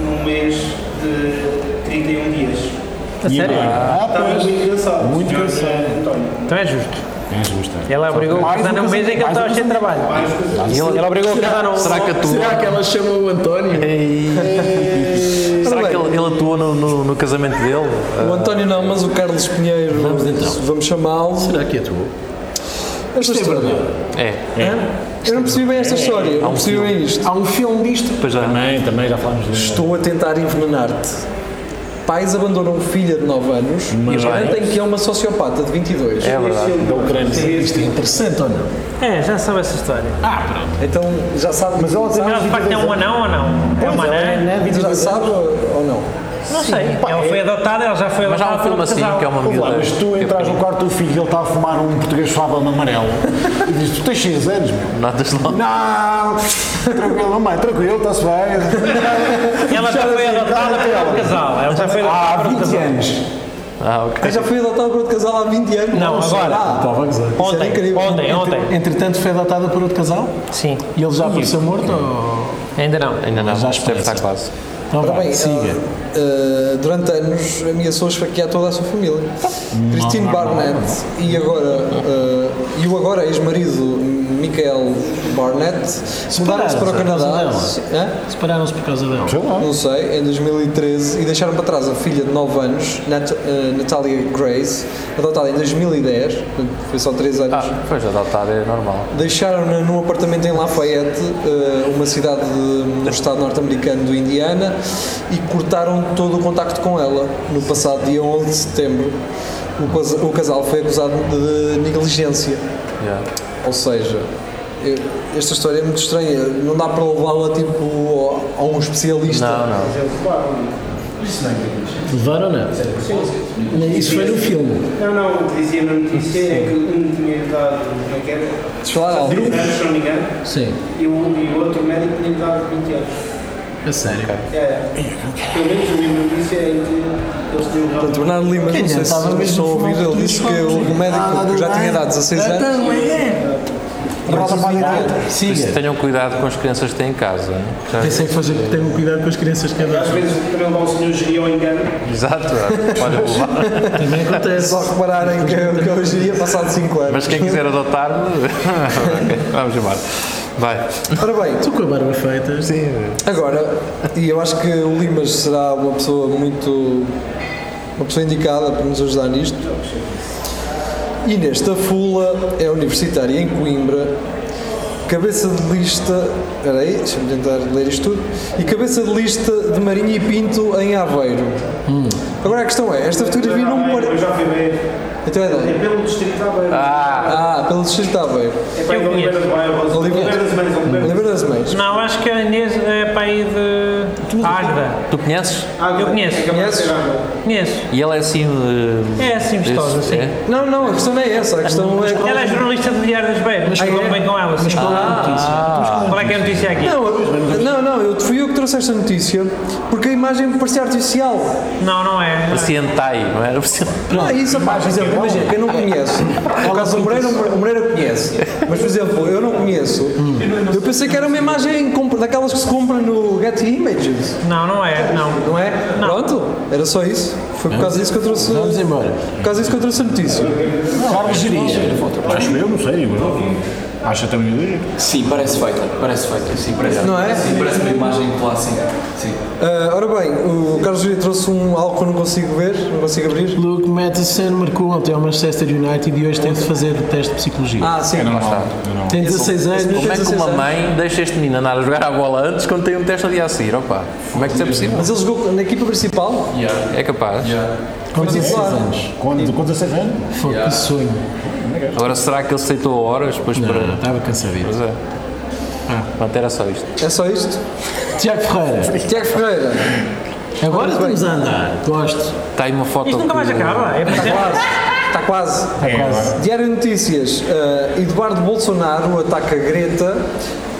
Speaker 10: num mês de 31 dias.
Speaker 6: A sério?
Speaker 10: Ah, Está muito cansado. Muito cansado. António.
Speaker 6: Então é justo.
Speaker 8: É justo.
Speaker 6: Ela obrigou a
Speaker 8: Mais
Speaker 6: casar
Speaker 8: um
Speaker 6: num mês em que ele
Speaker 8: casamento,
Speaker 6: estava cheio de trabalho.
Speaker 8: E
Speaker 6: Ele obrigou a casar num.
Speaker 5: Será que atuou?
Speaker 8: Será que
Speaker 6: é
Speaker 8: ela chama o António?
Speaker 5: Será que ele, ele atuou no, no- no casamento dele?
Speaker 8: Ah.
Speaker 2: O António não, mas o Carlos Pinheiro. Vamos então. Vamos chamá-lo.
Speaker 8: Será que atuou?
Speaker 2: Esta
Speaker 8: Isto é
Speaker 2: história-
Speaker 8: verdade. É,
Speaker 5: É.
Speaker 2: Eu não percebi bem esta história. Eu não percebi bem isto.
Speaker 8: Há um filme disto.
Speaker 5: Pois é.
Speaker 11: Também, também já falamos disso.
Speaker 2: Estou a tentar envenenar-te. Pais abandonam filha de 9 anos e garantem que é uma sociopata de 22.
Speaker 5: É verdade.
Speaker 8: Da Ucrânia. Isto é interessante ou não?
Speaker 6: É, já sabe essa história.
Speaker 2: Então já sabe, mas ela
Speaker 6: Mas de facto é um anão ou não? É uma
Speaker 3: né?
Speaker 6: anã?
Speaker 2: já sabe ou não?
Speaker 6: Não sei. Ela foi adotada, ela já foi
Speaker 5: Mas há
Speaker 6: adotada.
Speaker 5: um filme
Speaker 6: pelo
Speaker 5: assim
Speaker 6: casal.
Speaker 5: que é uma
Speaker 3: Vamos lá,
Speaker 5: miúda.
Speaker 3: mas tu
Speaker 5: que é
Speaker 3: entras no quarto do filho e ele está a fumar um português suave amarelo e dizes: Tu tens 6 anos, meu.
Speaker 5: pequenina. Notas logo.
Speaker 3: Não! Tranquilo, mãe, tranquilo, está-se bem.
Speaker 6: Ela já foi adotada pelo casal. Ela já foi adotada
Speaker 3: Há
Speaker 6: pelo
Speaker 3: 20
Speaker 6: casal.
Speaker 3: anos.
Speaker 5: Ah, ok.
Speaker 2: Eu já fui adotada por outro casal há 20 anos.
Speaker 6: Não, agora.
Speaker 2: será?
Speaker 8: Estava a gozar.
Speaker 2: Isso era
Speaker 6: Ontem,
Speaker 2: incrível.
Speaker 6: ontem, ontem.
Speaker 8: Entretanto, foi adotada por outro casal
Speaker 6: Sim.
Speaker 8: e ele já apareceu morto ou...
Speaker 6: Ainda não.
Speaker 5: Ainda não.
Speaker 8: Mas já
Speaker 5: Deve estar
Speaker 8: esquece.
Speaker 5: quase.
Speaker 8: Então
Speaker 2: Ora
Speaker 8: vá,
Speaker 2: bem,
Speaker 8: siga.
Speaker 2: ela, ah, durante anos ameaçou esfaquear toda a sua família. Christine Barnett e agora ah, e o agora ex-marido Michael Barnett mudaram-se para o
Speaker 8: Separaram-se,
Speaker 2: Canadá.
Speaker 8: separaram-se.
Speaker 2: Hã?
Speaker 8: Separaram-se por causa dela.
Speaker 2: Não sei, em 2013 e deixaram para trás a filha de 9 anos, Nat- eh, Natalia Grace, adotada em 2010, portanto, foi só 3 anos.
Speaker 5: Ah, pois adotada é normal.
Speaker 2: Deixaram-na num apartamento em Lafayette, eh, uma cidade de- no estado norte-americano do Indiana, e cortaram todo o contacto com ela no passado dia 11 de setembro. O, cas- o casal foi acusado de negligência,
Speaker 5: Yeah.
Speaker 2: ou seja, eu- esta história é muito estranha, não dá para levá-la tipo a, a um especialista.
Speaker 5: Não, não.
Speaker 8: Levaram ou não? Não, Isso foi no filme.
Speaker 10: Não, não, o que dizia na notícia é que um tinha dado, como é que era?
Speaker 2: Se falar algo.
Speaker 10: 30 anos, se não me engano,
Speaker 8: Sim,
Speaker 10: e o, um e o outro médico tinha dado 20 anos.
Speaker 8: a sério.
Speaker 10: É, pelo menos a minha notícia é que eles tinham dado.
Speaker 2: Portanto, Bernardo Lima, não
Speaker 3: é?
Speaker 2: sei
Speaker 8: estava
Speaker 2: se
Speaker 8: mesmo
Speaker 2: estão a ouvir,
Speaker 8: fumado
Speaker 2: ele
Speaker 8: tudo
Speaker 2: disse
Speaker 8: isso,
Speaker 2: que o médico que já tinha dado 16
Speaker 8: Então,
Speaker 2: anos.
Speaker 8: é.
Speaker 3: Rosa Palidade.
Speaker 5: Mas
Speaker 8: Siga.
Speaker 5: tenham cuidado com as crianças que têm em casa. né? Já-
Speaker 8: Pensei que fosse que tenham é, um cuidado com as crianças que é
Speaker 10: Às
Speaker 8: andam.
Speaker 10: vezes também lá o senhor geria ao engano.
Speaker 5: Exato. Pode *laughs* levar.
Speaker 8: Também acontece.
Speaker 2: Só repararem que, que hoje ia passar de 5 anos.
Speaker 5: Mas quem quiser adotar-me. *laughs* ok, Vamos embora. Vai.
Speaker 2: Ora bem,
Speaker 8: Estou com a barba feita. Sim.
Speaker 2: agora, e eu acho que o Limas será uma pessoa muito. uma pessoa indicada para nos ajudar nisto. Inês Tafula é universitária em Coimbra, cabeça de lista. Espera aí, deixa-me tentar ler isto tudo. E cabeça de lista de Marinha e Pinto em Aveiro.
Speaker 8: Hum.
Speaker 2: Agora a questão é: esta fotografia não me
Speaker 10: Eu
Speaker 2: parece.
Speaker 10: Tá já fui ver.
Speaker 2: Então é de onde?
Speaker 10: É pelo distrito de Aveiro.
Speaker 2: Ah, pelo distrito de Aveiro.
Speaker 10: é para ir Oliveira de Bairro. Oliveira das Mães, Oliveira
Speaker 2: Oliveira das Mães.
Speaker 6: Não, acho que a Inês é para aí de Águeda.
Speaker 5: Tu conheces?
Speaker 10: Água.
Speaker 6: Eu conheço.
Speaker 10: É capaz de ser água.
Speaker 6: Conheço.
Speaker 5: E ela é assim. eh,
Speaker 6: É assim gostosa,
Speaker 5: desse-
Speaker 6: sim.
Speaker 5: é?
Speaker 2: Não, não, a questão não é essa. A questão é.
Speaker 6: Ela é jornalista de Diário das Beiras, mas
Speaker 2: Ah,
Speaker 6: falou
Speaker 2: é?
Speaker 6: bem com ela. Mas qual é a
Speaker 5: Ah.
Speaker 6: notícia? Qual é que é a notícia aqui?
Speaker 2: Não, eu- não, não, eu fui eu que trouxe esta notícia porque a imagem me parecia artificial.
Speaker 6: Não, não é. Não é.
Speaker 5: Parecia hentai, não era? Parecia-
Speaker 2: Não, é isso, rapaz, por exemplo, imagina, quem não conhece, no caso do Moreira, o Moreira conhece, mas por exemplo, eu não conheço, eu pensei que era uma imagem comp- daquelas que se compra no Get Images,
Speaker 6: Não, não é. Não.
Speaker 2: não é? Pronto, era só isso, foi por causa disso que eu trouxe,
Speaker 8: Vamos
Speaker 2: por
Speaker 8: embora.
Speaker 2: causa disso que eu trouxe a notícia.
Speaker 3: Carlos Geria. Acho eu, não sei. Acho até uma ideia.
Speaker 9: Sim, parece feita. Parece feita. Sim, parece.
Speaker 2: Não é?
Speaker 9: Sim, parece uma imagem clássica. sim. sim.
Speaker 2: Ah, ora bem, o Carlos Júlio trouxe um álcool que eu não consigo ver, não consigo abrir.
Speaker 8: Luke Matheson marcou ontem ao Manchester United e hoje tem de fazer o teste de psicologia.
Speaker 2: Ah, sim.
Speaker 8: Tem 16 anos.
Speaker 5: Como é que uma mãe deixa este menino andar a jogar a bola antes quando tem um teste ali a seguir? Opa, como é que isso é possível?
Speaker 2: Mas ele jogou na equipa principal?
Speaker 9: Yeah.
Speaker 5: É capaz.
Speaker 8: Com 16
Speaker 2: claro.
Speaker 8: anos.
Speaker 3: Quando, com 16 anos?
Speaker 8: Foi que sonho.
Speaker 5: Agora será que ele aceitou horas depois
Speaker 8: Não,
Speaker 5: para.
Speaker 8: estava cansadinho.
Speaker 5: Pois é. Pronto, era só isto.
Speaker 2: É só isto?
Speaker 8: Tiago Ferreira.
Speaker 2: Tiago Ferreira.
Speaker 8: Agora estamos a andar. Gosto.
Speaker 5: Está Tá aí uma foto.
Speaker 6: Isto nunca mais
Speaker 5: com-
Speaker 6: acaba. É
Speaker 2: Está Tá quase. Está quase. Diário de Notícias. Ah, Eduardo Bolsonaro ataca Greta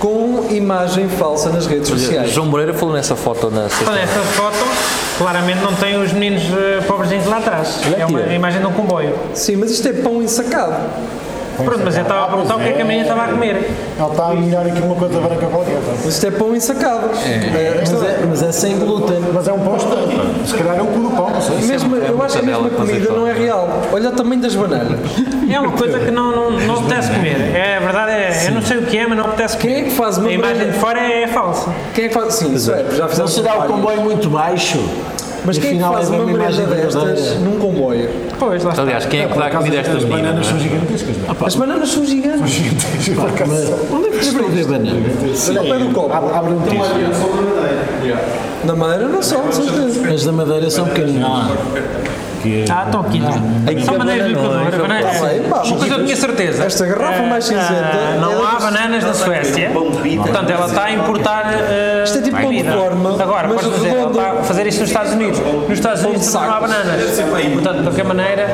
Speaker 2: com imagem falsa nas redes
Speaker 5: Olha,
Speaker 2: sociais.
Speaker 5: João Moreira falou nessa foto na sexta.
Speaker 6: Olha, essa foto claramente não tem os meninos eh, pobrezinhos lá atrás. É uma imagem de um comboio.
Speaker 2: Sim, mas isto é pão ensacado.
Speaker 6: Pronto, mas eu estava a perguntar o que é que a menina estava a comer.
Speaker 3: Ela está a melhor aqui uma coisa branca para outra.
Speaker 2: Mas isto é pão ensacado. É, isto
Speaker 8: Mas
Speaker 2: é-
Speaker 8: é, mas é sem glúten.
Speaker 3: Mas é um pão estranho. Se calhar é o cu do pão, não sei.
Speaker 2: mesmo,
Speaker 5: é
Speaker 2: eu acho que a
Speaker 5: mortadela
Speaker 2: mesma
Speaker 5: com
Speaker 2: comida
Speaker 5: azeitona.
Speaker 2: não é real. Olha o tamanho das bananas.
Speaker 6: É uma coisa que não, não, não apetece comer. É, a verdade é, eu não sei o que é, mas não apetece comer.
Speaker 2: Quem é que faz uma
Speaker 6: A imagem
Speaker 2: banana?
Speaker 6: de fora é, falsa.
Speaker 2: Quem é que faz? Sim, isso é, já
Speaker 8: Não
Speaker 2: fizemos
Speaker 8: será o
Speaker 2: várias.
Speaker 8: comboio muito baixo?
Speaker 2: Mas
Speaker 8: E
Speaker 2: quem é que
Speaker 8: afinal
Speaker 2: faz
Speaker 8: é
Speaker 2: uma
Speaker 8: uma
Speaker 2: merenda
Speaker 8: imagem
Speaker 2: destas
Speaker 8: verdadeira.
Speaker 2: num comboio?
Speaker 6: Pois, lá está.
Speaker 5: Aliás, quem é que dá a comida a esta
Speaker 3: As
Speaker 5: menina? não
Speaker 3: bananas
Speaker 5: é?
Speaker 3: são gigantescas, não é?
Speaker 2: As bananas são gigantes.
Speaker 3: Gigantescas, por acaso.
Speaker 8: Onde é que estão a ver bananas?
Speaker 2: Olha o pé do copo.
Speaker 3: Abre- Abre um tiro.
Speaker 7: Eu sou da madeira.
Speaker 2: Na madeira não são, de certeza.
Speaker 8: As da Madeira são pequeninas.
Speaker 6: Ah, estão aqui. São maneiras de Equador. bananas-
Speaker 2: Tá bem, pá,
Speaker 6: é Uma coisa eu tinha certeza.
Speaker 2: Esta garrafa mais cinzenta
Speaker 6: Ah,
Speaker 2: é
Speaker 6: não há
Speaker 2: das-
Speaker 6: bananas na Suécia. Portanto, ela está a importar. ah,
Speaker 2: um Isto é tipo pão de
Speaker 6: comida.
Speaker 2: forma,
Speaker 6: Agora,
Speaker 2: mas
Speaker 6: podes dizer, ela
Speaker 2: redondo.
Speaker 6: está a fazer isto nos Estados Unidos. Nos Estados Unidos
Speaker 2: de
Speaker 6: também não há
Speaker 2: sacos.
Speaker 6: bananas. Portanto, de qualquer maneira,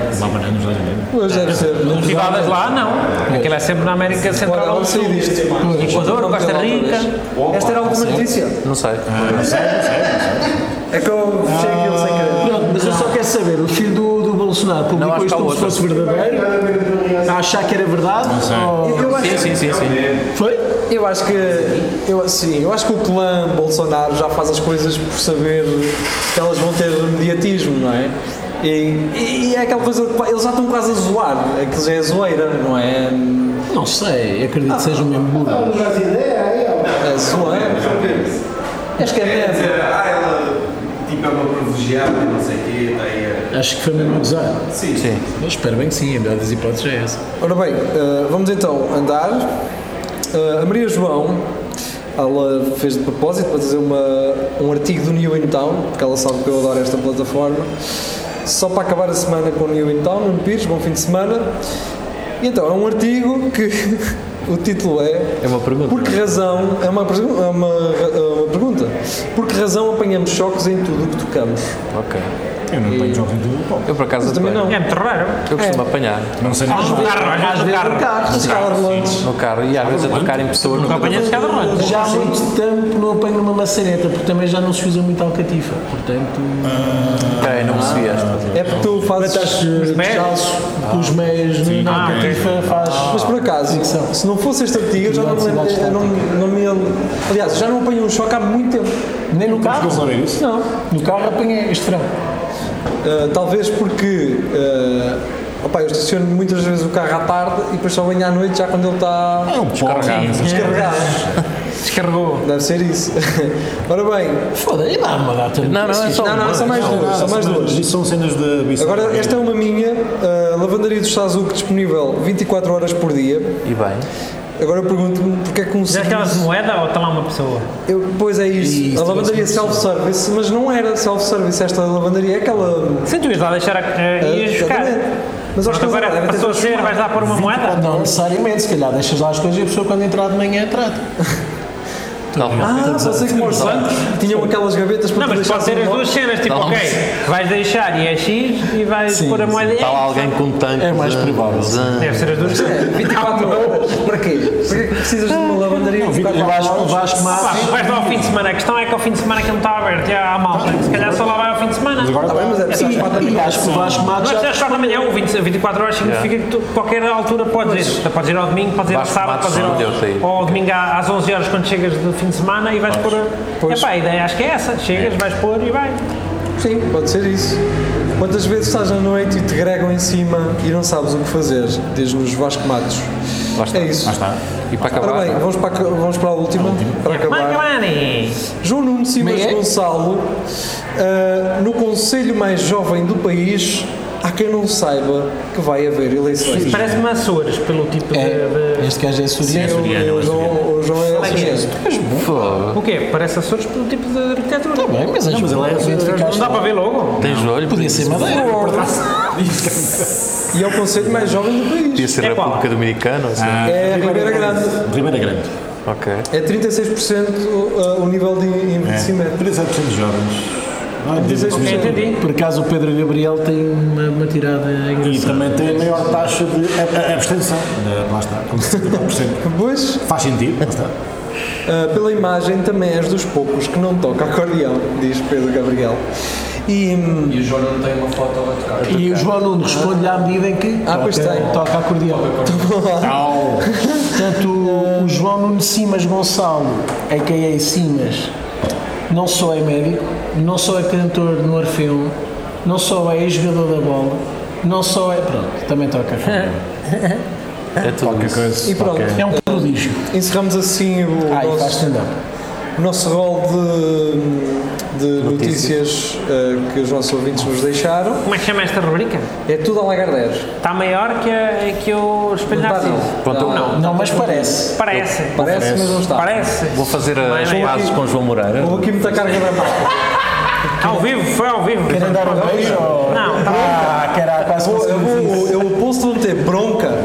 Speaker 2: Pois deve ser.
Speaker 6: cultivadas lá, não. Aquilo é sempre na América
Speaker 2: Olha,
Speaker 6: Central.
Speaker 2: vamos sair disto.
Speaker 6: Equador, Costa Rica.
Speaker 2: Esta era a última notícia.
Speaker 5: Não sei.
Speaker 2: É que eu fechei aquilo sem
Speaker 3: Ah.
Speaker 2: querer.
Speaker 8: Pronto, mas eu só quero saber, o filho do, do Bolsonaro
Speaker 5: Não,
Speaker 8: publicou
Speaker 5: acho que
Speaker 8: isto
Speaker 5: há
Speaker 8: como se
Speaker 5: outra.
Speaker 8: fosse verdadeiro, a achar que era verdade? Ou...
Speaker 2: Eu acho,
Speaker 5: Sim, sim, sim, sim.
Speaker 8: Foi?
Speaker 2: eu acho que. Eu, sim, eu acho que o clã Bolsonaro já faz as coisas por saber que elas vão ter mediatismo, não é? E, e é aquela coisa. de, pá, Eles já estão quase a zoar. Aquilo já é zoeira, não é?
Speaker 8: Não sei, acredito que seja o mesmo burro.
Speaker 2: É zoeira. Acho que é
Speaker 7: É
Speaker 2: mesmo.
Speaker 7: dizer, ah, ela tipo é uma privilegiada, não sei o quê, está aí a-
Speaker 8: Acho que foi mesmo usado.
Speaker 7: Sim,
Speaker 8: Eu espero bem que sim, a melhor das hipóteses é essa.
Speaker 2: Ora bem, eh, vamos então andar. Eh, a Maria João, ela fez de propósito para fazer uma, um artigo do New In Town, porque ela sabe que eu adoro esta plataforma. Só para acabar a semana com o New In Town, Nuno Pires, bom fim de semana. E então, é um artigo que *laughs* o título é.
Speaker 5: É uma pergunta.
Speaker 2: Por que razão. É uma, pergu- é uma, é uma pergunta. Por que razão apanhamos choques em tudo o que tocamos?
Speaker 5: Ok.
Speaker 3: Eu não tenho jogos em tudo do pão.
Speaker 5: Eu por acaso
Speaker 2: Eu também
Speaker 5: apanho.
Speaker 2: não.
Speaker 6: É muito raro.
Speaker 5: Eu costumo apanhar
Speaker 3: Não sei nem
Speaker 6: Às vezes- Às vezes no carro.
Speaker 2: Nas calas
Speaker 5: no carro e às vezes a tocar em pessoas.
Speaker 6: Nunca apanhas cada rolo.
Speaker 8: Já há muito tempo não apanho uma maçaneta, porque também já não se usa muito alcatifa. Portanto,
Speaker 5: Ok, não percebi esta.
Speaker 2: É porque tu fazes.
Speaker 8: estás com os meios na- na alcatifa, faz...
Speaker 2: Ah. Mas por acaso,
Speaker 8: Ficção.
Speaker 2: se não fosse este artigo, eu já não me lembro.
Speaker 8: Velocidade
Speaker 2: eu Não, não me, aliás, eu já não apanhei um choque há muito tempo.
Speaker 8: Nem no carro?
Speaker 2: Não.
Speaker 8: No carro apanhei este verão.
Speaker 2: Ah, talvez porque. ah, opá, eu estaciono muitas vezes o carro à tarde e depois só venho à noite, já quando ele está
Speaker 3: É um pão.
Speaker 2: descarregado.
Speaker 6: Descarregou.
Speaker 2: Deve ser isso. *laughs* Ora bem,
Speaker 8: Foda-se, dá uma data.
Speaker 5: Não, não, é só.
Speaker 6: um.
Speaker 2: não, não,
Speaker 5: uma.
Speaker 2: são mais duas. São mais duas.
Speaker 3: Isto são cenas de bicho.
Speaker 2: Agora, esta é uma minha, ah, lavandaria do Sazuco disponível 24 horas por dia.
Speaker 5: E bem.
Speaker 2: Agora eu pergunto-me porque é que um
Speaker 6: Já
Speaker 2: serviço-
Speaker 6: aquelas moeda ou está lá uma pessoa?
Speaker 2: Eu, pois é isso. a lavandaria self-service, mas não era self-service esta lavandaria, é aquela.
Speaker 6: Sim, tu ias lá deixar a. Uh, ias buscar.
Speaker 2: Exatamente. Mas acho
Speaker 6: Mas
Speaker 2: que eles
Speaker 6: agora
Speaker 2: devem ter
Speaker 6: passou a ser, vais lá pôr uma moeda?
Speaker 8: Ah, tá. Não necessariamente, se calhar deixas lá as coisas e a pessoa quando entrar de manhã trata.
Speaker 5: Não,
Speaker 2: Ah, só sei que os bancos tinham aquelas gavetas para
Speaker 6: Não,
Speaker 2: tu
Speaker 6: mas pode ser
Speaker 2: deixares
Speaker 6: as
Speaker 2: o
Speaker 6: duas cenas, tipo,
Speaker 5: Não.
Speaker 6: ok, vais deixar e é X e vais pôr a moeda e
Speaker 5: Está lá alguém com um tanque.
Speaker 8: É mais
Speaker 5: zan,
Speaker 8: provável.
Speaker 5: zan.
Speaker 6: Deve ser as duas cenas.
Speaker 2: nome. 24 horas. Para quê? Para que precisas de uma lavandaria?
Speaker 8: O Vasco, o um Vasco
Speaker 6: Pá,
Speaker 8: Matos.
Speaker 6: Vais lá ao fim de semana. A questão é que ao fim de semana que não está aberto, já há malta. Se calhar só lá vai ao fim de semana.
Speaker 2: Está bem, mas é preciso para
Speaker 8: E acho que o Vasco Matos
Speaker 6: Mas
Speaker 8: já.
Speaker 6: já está na manhã, o 20 a 24 horas significa que tu, qualquer altura podes ir. Podes ir ao domingo, podes ir ao
Speaker 5: Vasco
Speaker 6: sábado,
Speaker 5: Matos
Speaker 6: podes ir
Speaker 5: não deu-te aí.
Speaker 6: ao, ou ao domingo à- às 11 horas quando chegas do fim de semana e vais pôr. a- Epá, a ideia acho que é essa. Chegas, vais pôr e vai.
Speaker 2: Sim, pode ser isso. Quantas vezes estás na noite e te gregam em cima e não sabes o que fazer? Diz-nos Vasco Matos. É isso.
Speaker 3: Está.
Speaker 5: E para acabar. é.
Speaker 2: Ora bem, vamos para, a- vamos para a última, para acabar. João Nuno Simas Gonçalo, ah, no Conselho mais jovem do país, há quem não saiba que vai haver eleições.
Speaker 6: Isso Parece-me Açores, pelo
Speaker 3: É.
Speaker 6: tipo de- de.
Speaker 3: Este gajo é
Speaker 2: Sim,
Speaker 3: suriano.
Speaker 2: o, o João, o João é açoriano.
Speaker 6: O quê? Parece Açores pelo tipo de arquitetura.
Speaker 3: Está Tá bem, mas,
Speaker 6: Não,
Speaker 3: és
Speaker 6: mas
Speaker 3: bom,
Speaker 6: ele é
Speaker 3: identificaste
Speaker 6: Não dá para ver logo?
Speaker 5: Tens olho?
Speaker 3: Podia ser Madeira.
Speaker 2: E é o Conselho mais jovem do país.
Speaker 5: Podia ser
Speaker 6: É qual?
Speaker 5: República Dominicana? Assim.
Speaker 2: É a Ribeira Grande.
Speaker 8: Primeira grande.
Speaker 5: Ok.
Speaker 2: É 36% o, o nível de envelhecimento.
Speaker 8: 37% de jovens.
Speaker 3: Ah,
Speaker 6: Ok, entendi.
Speaker 3: Por acaso o Pedro Gabriel tem uma, uma tirada
Speaker 8: E
Speaker 3: engraçada.
Speaker 8: também tem a maior taxa de ab- abstenção. Eh, Lá está, com 64%.
Speaker 2: Pois,
Speaker 8: Faz sentido, lá está.
Speaker 2: ah, pela imagem, também és dos poucos que não toca acordeão, diz Pedro Gabriel. E, hum,
Speaker 12: E o João não tem uma foto a tocar.
Speaker 3: E o João Nuno responde-lhe à medida em que
Speaker 2: Ah, pois
Speaker 3: toca,
Speaker 2: tem.
Speaker 3: toca acordeão. Portanto, o- o João Nuno Simas Gonçalo, a quem é Simas, não só é médico, não só é cantor no Orfeu, não só é jogador da bola, não só é. Pronto, também toca acordeão.
Speaker 5: É tudo isso.
Speaker 2: e pronto,
Speaker 3: É um prodígio.
Speaker 2: encerramos assim o
Speaker 3: Ah, e faz
Speaker 2: nosso,
Speaker 3: stand-up.
Speaker 2: o nosso rol hum, de, de notícias ah, que os nossos ouvintes nos deixaram.
Speaker 6: Como é que chama esta rubrica?
Speaker 2: É tudo a Lagardère.
Speaker 6: Está maior que, a, que o espelho
Speaker 2: Não está,
Speaker 6: Narciso.
Speaker 2: não.
Speaker 5: Pronto, eu
Speaker 3: tá, Não, Tá. mas parece.
Speaker 6: Parece.
Speaker 2: Parece, mas não está.
Speaker 6: um Parece.
Speaker 5: vou fazer
Speaker 6: Mas
Speaker 5: as
Speaker 6: não é
Speaker 5: pazes
Speaker 2: aqui.
Speaker 5: com João Moreira.
Speaker 2: Houve aqui muita carga dramática.
Speaker 6: Ao vivo, foi ao vivo.
Speaker 3: Querem dar um beijo? ou-
Speaker 6: Não, tá
Speaker 3: Ah, caralho, quase
Speaker 2: Eu, eu,
Speaker 3: consegui.
Speaker 2: vou- eu aposto que vão ter bronca. *laughs*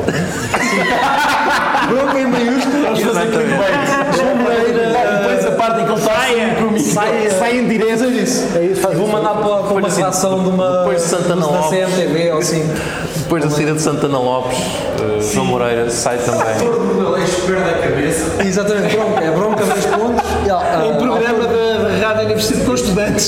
Speaker 2: bronca em maiúsculas. João Moreira,
Speaker 8: Depois a parte em que ele está
Speaker 6: Saia.
Speaker 8: Sai, sai em direto.
Speaker 2: É isso, faz- Vou mandar para, para uma reação de uma
Speaker 5: assim. depois de Santana
Speaker 2: da
Speaker 5: Lopes.
Speaker 2: CMTV ou assim.
Speaker 5: Depois da saída de Santana Lopes, eh, João Moreira sai também.
Speaker 13: Todo mundo aleixo perde a cabeça.
Speaker 2: Exatamente, bronca. É bronca dois pontos. E, ah, ah,
Speaker 3: Um programa da da Rádio Universidade
Speaker 2: *laughs*
Speaker 3: com estudantes.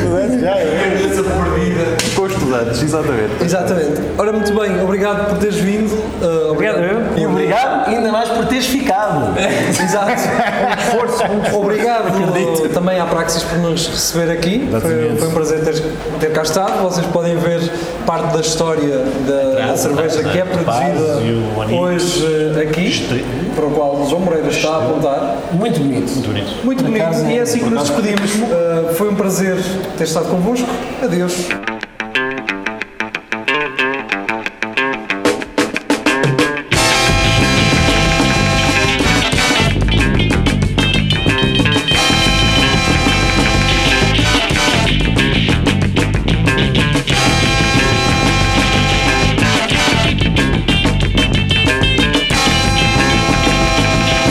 Speaker 13: Cabeça perdida.
Speaker 5: Com os estudantes, exatamente.
Speaker 2: é. Exatamente. Ora, muito bem. Obrigado por teres vindo. Ah,
Speaker 6: Obrigado.
Speaker 3: E obrigado ainda mais por teres ficado.
Speaker 2: Exato. É. Um Esforço. Obrigado uh, também à Praxis por nos receber aqui. Foi, foi um prazer ter, ter cá estado. Vocês podem ver parte da história da, da cerveja que é produzida hoje uh, aqui, para o qual o João Moreira está a apontar.
Speaker 3: Muito bonito.
Speaker 2: Eh, Muito bonito. E é assim que nos despedimos. Uh, foi um prazer ter estado convosco. Adeus.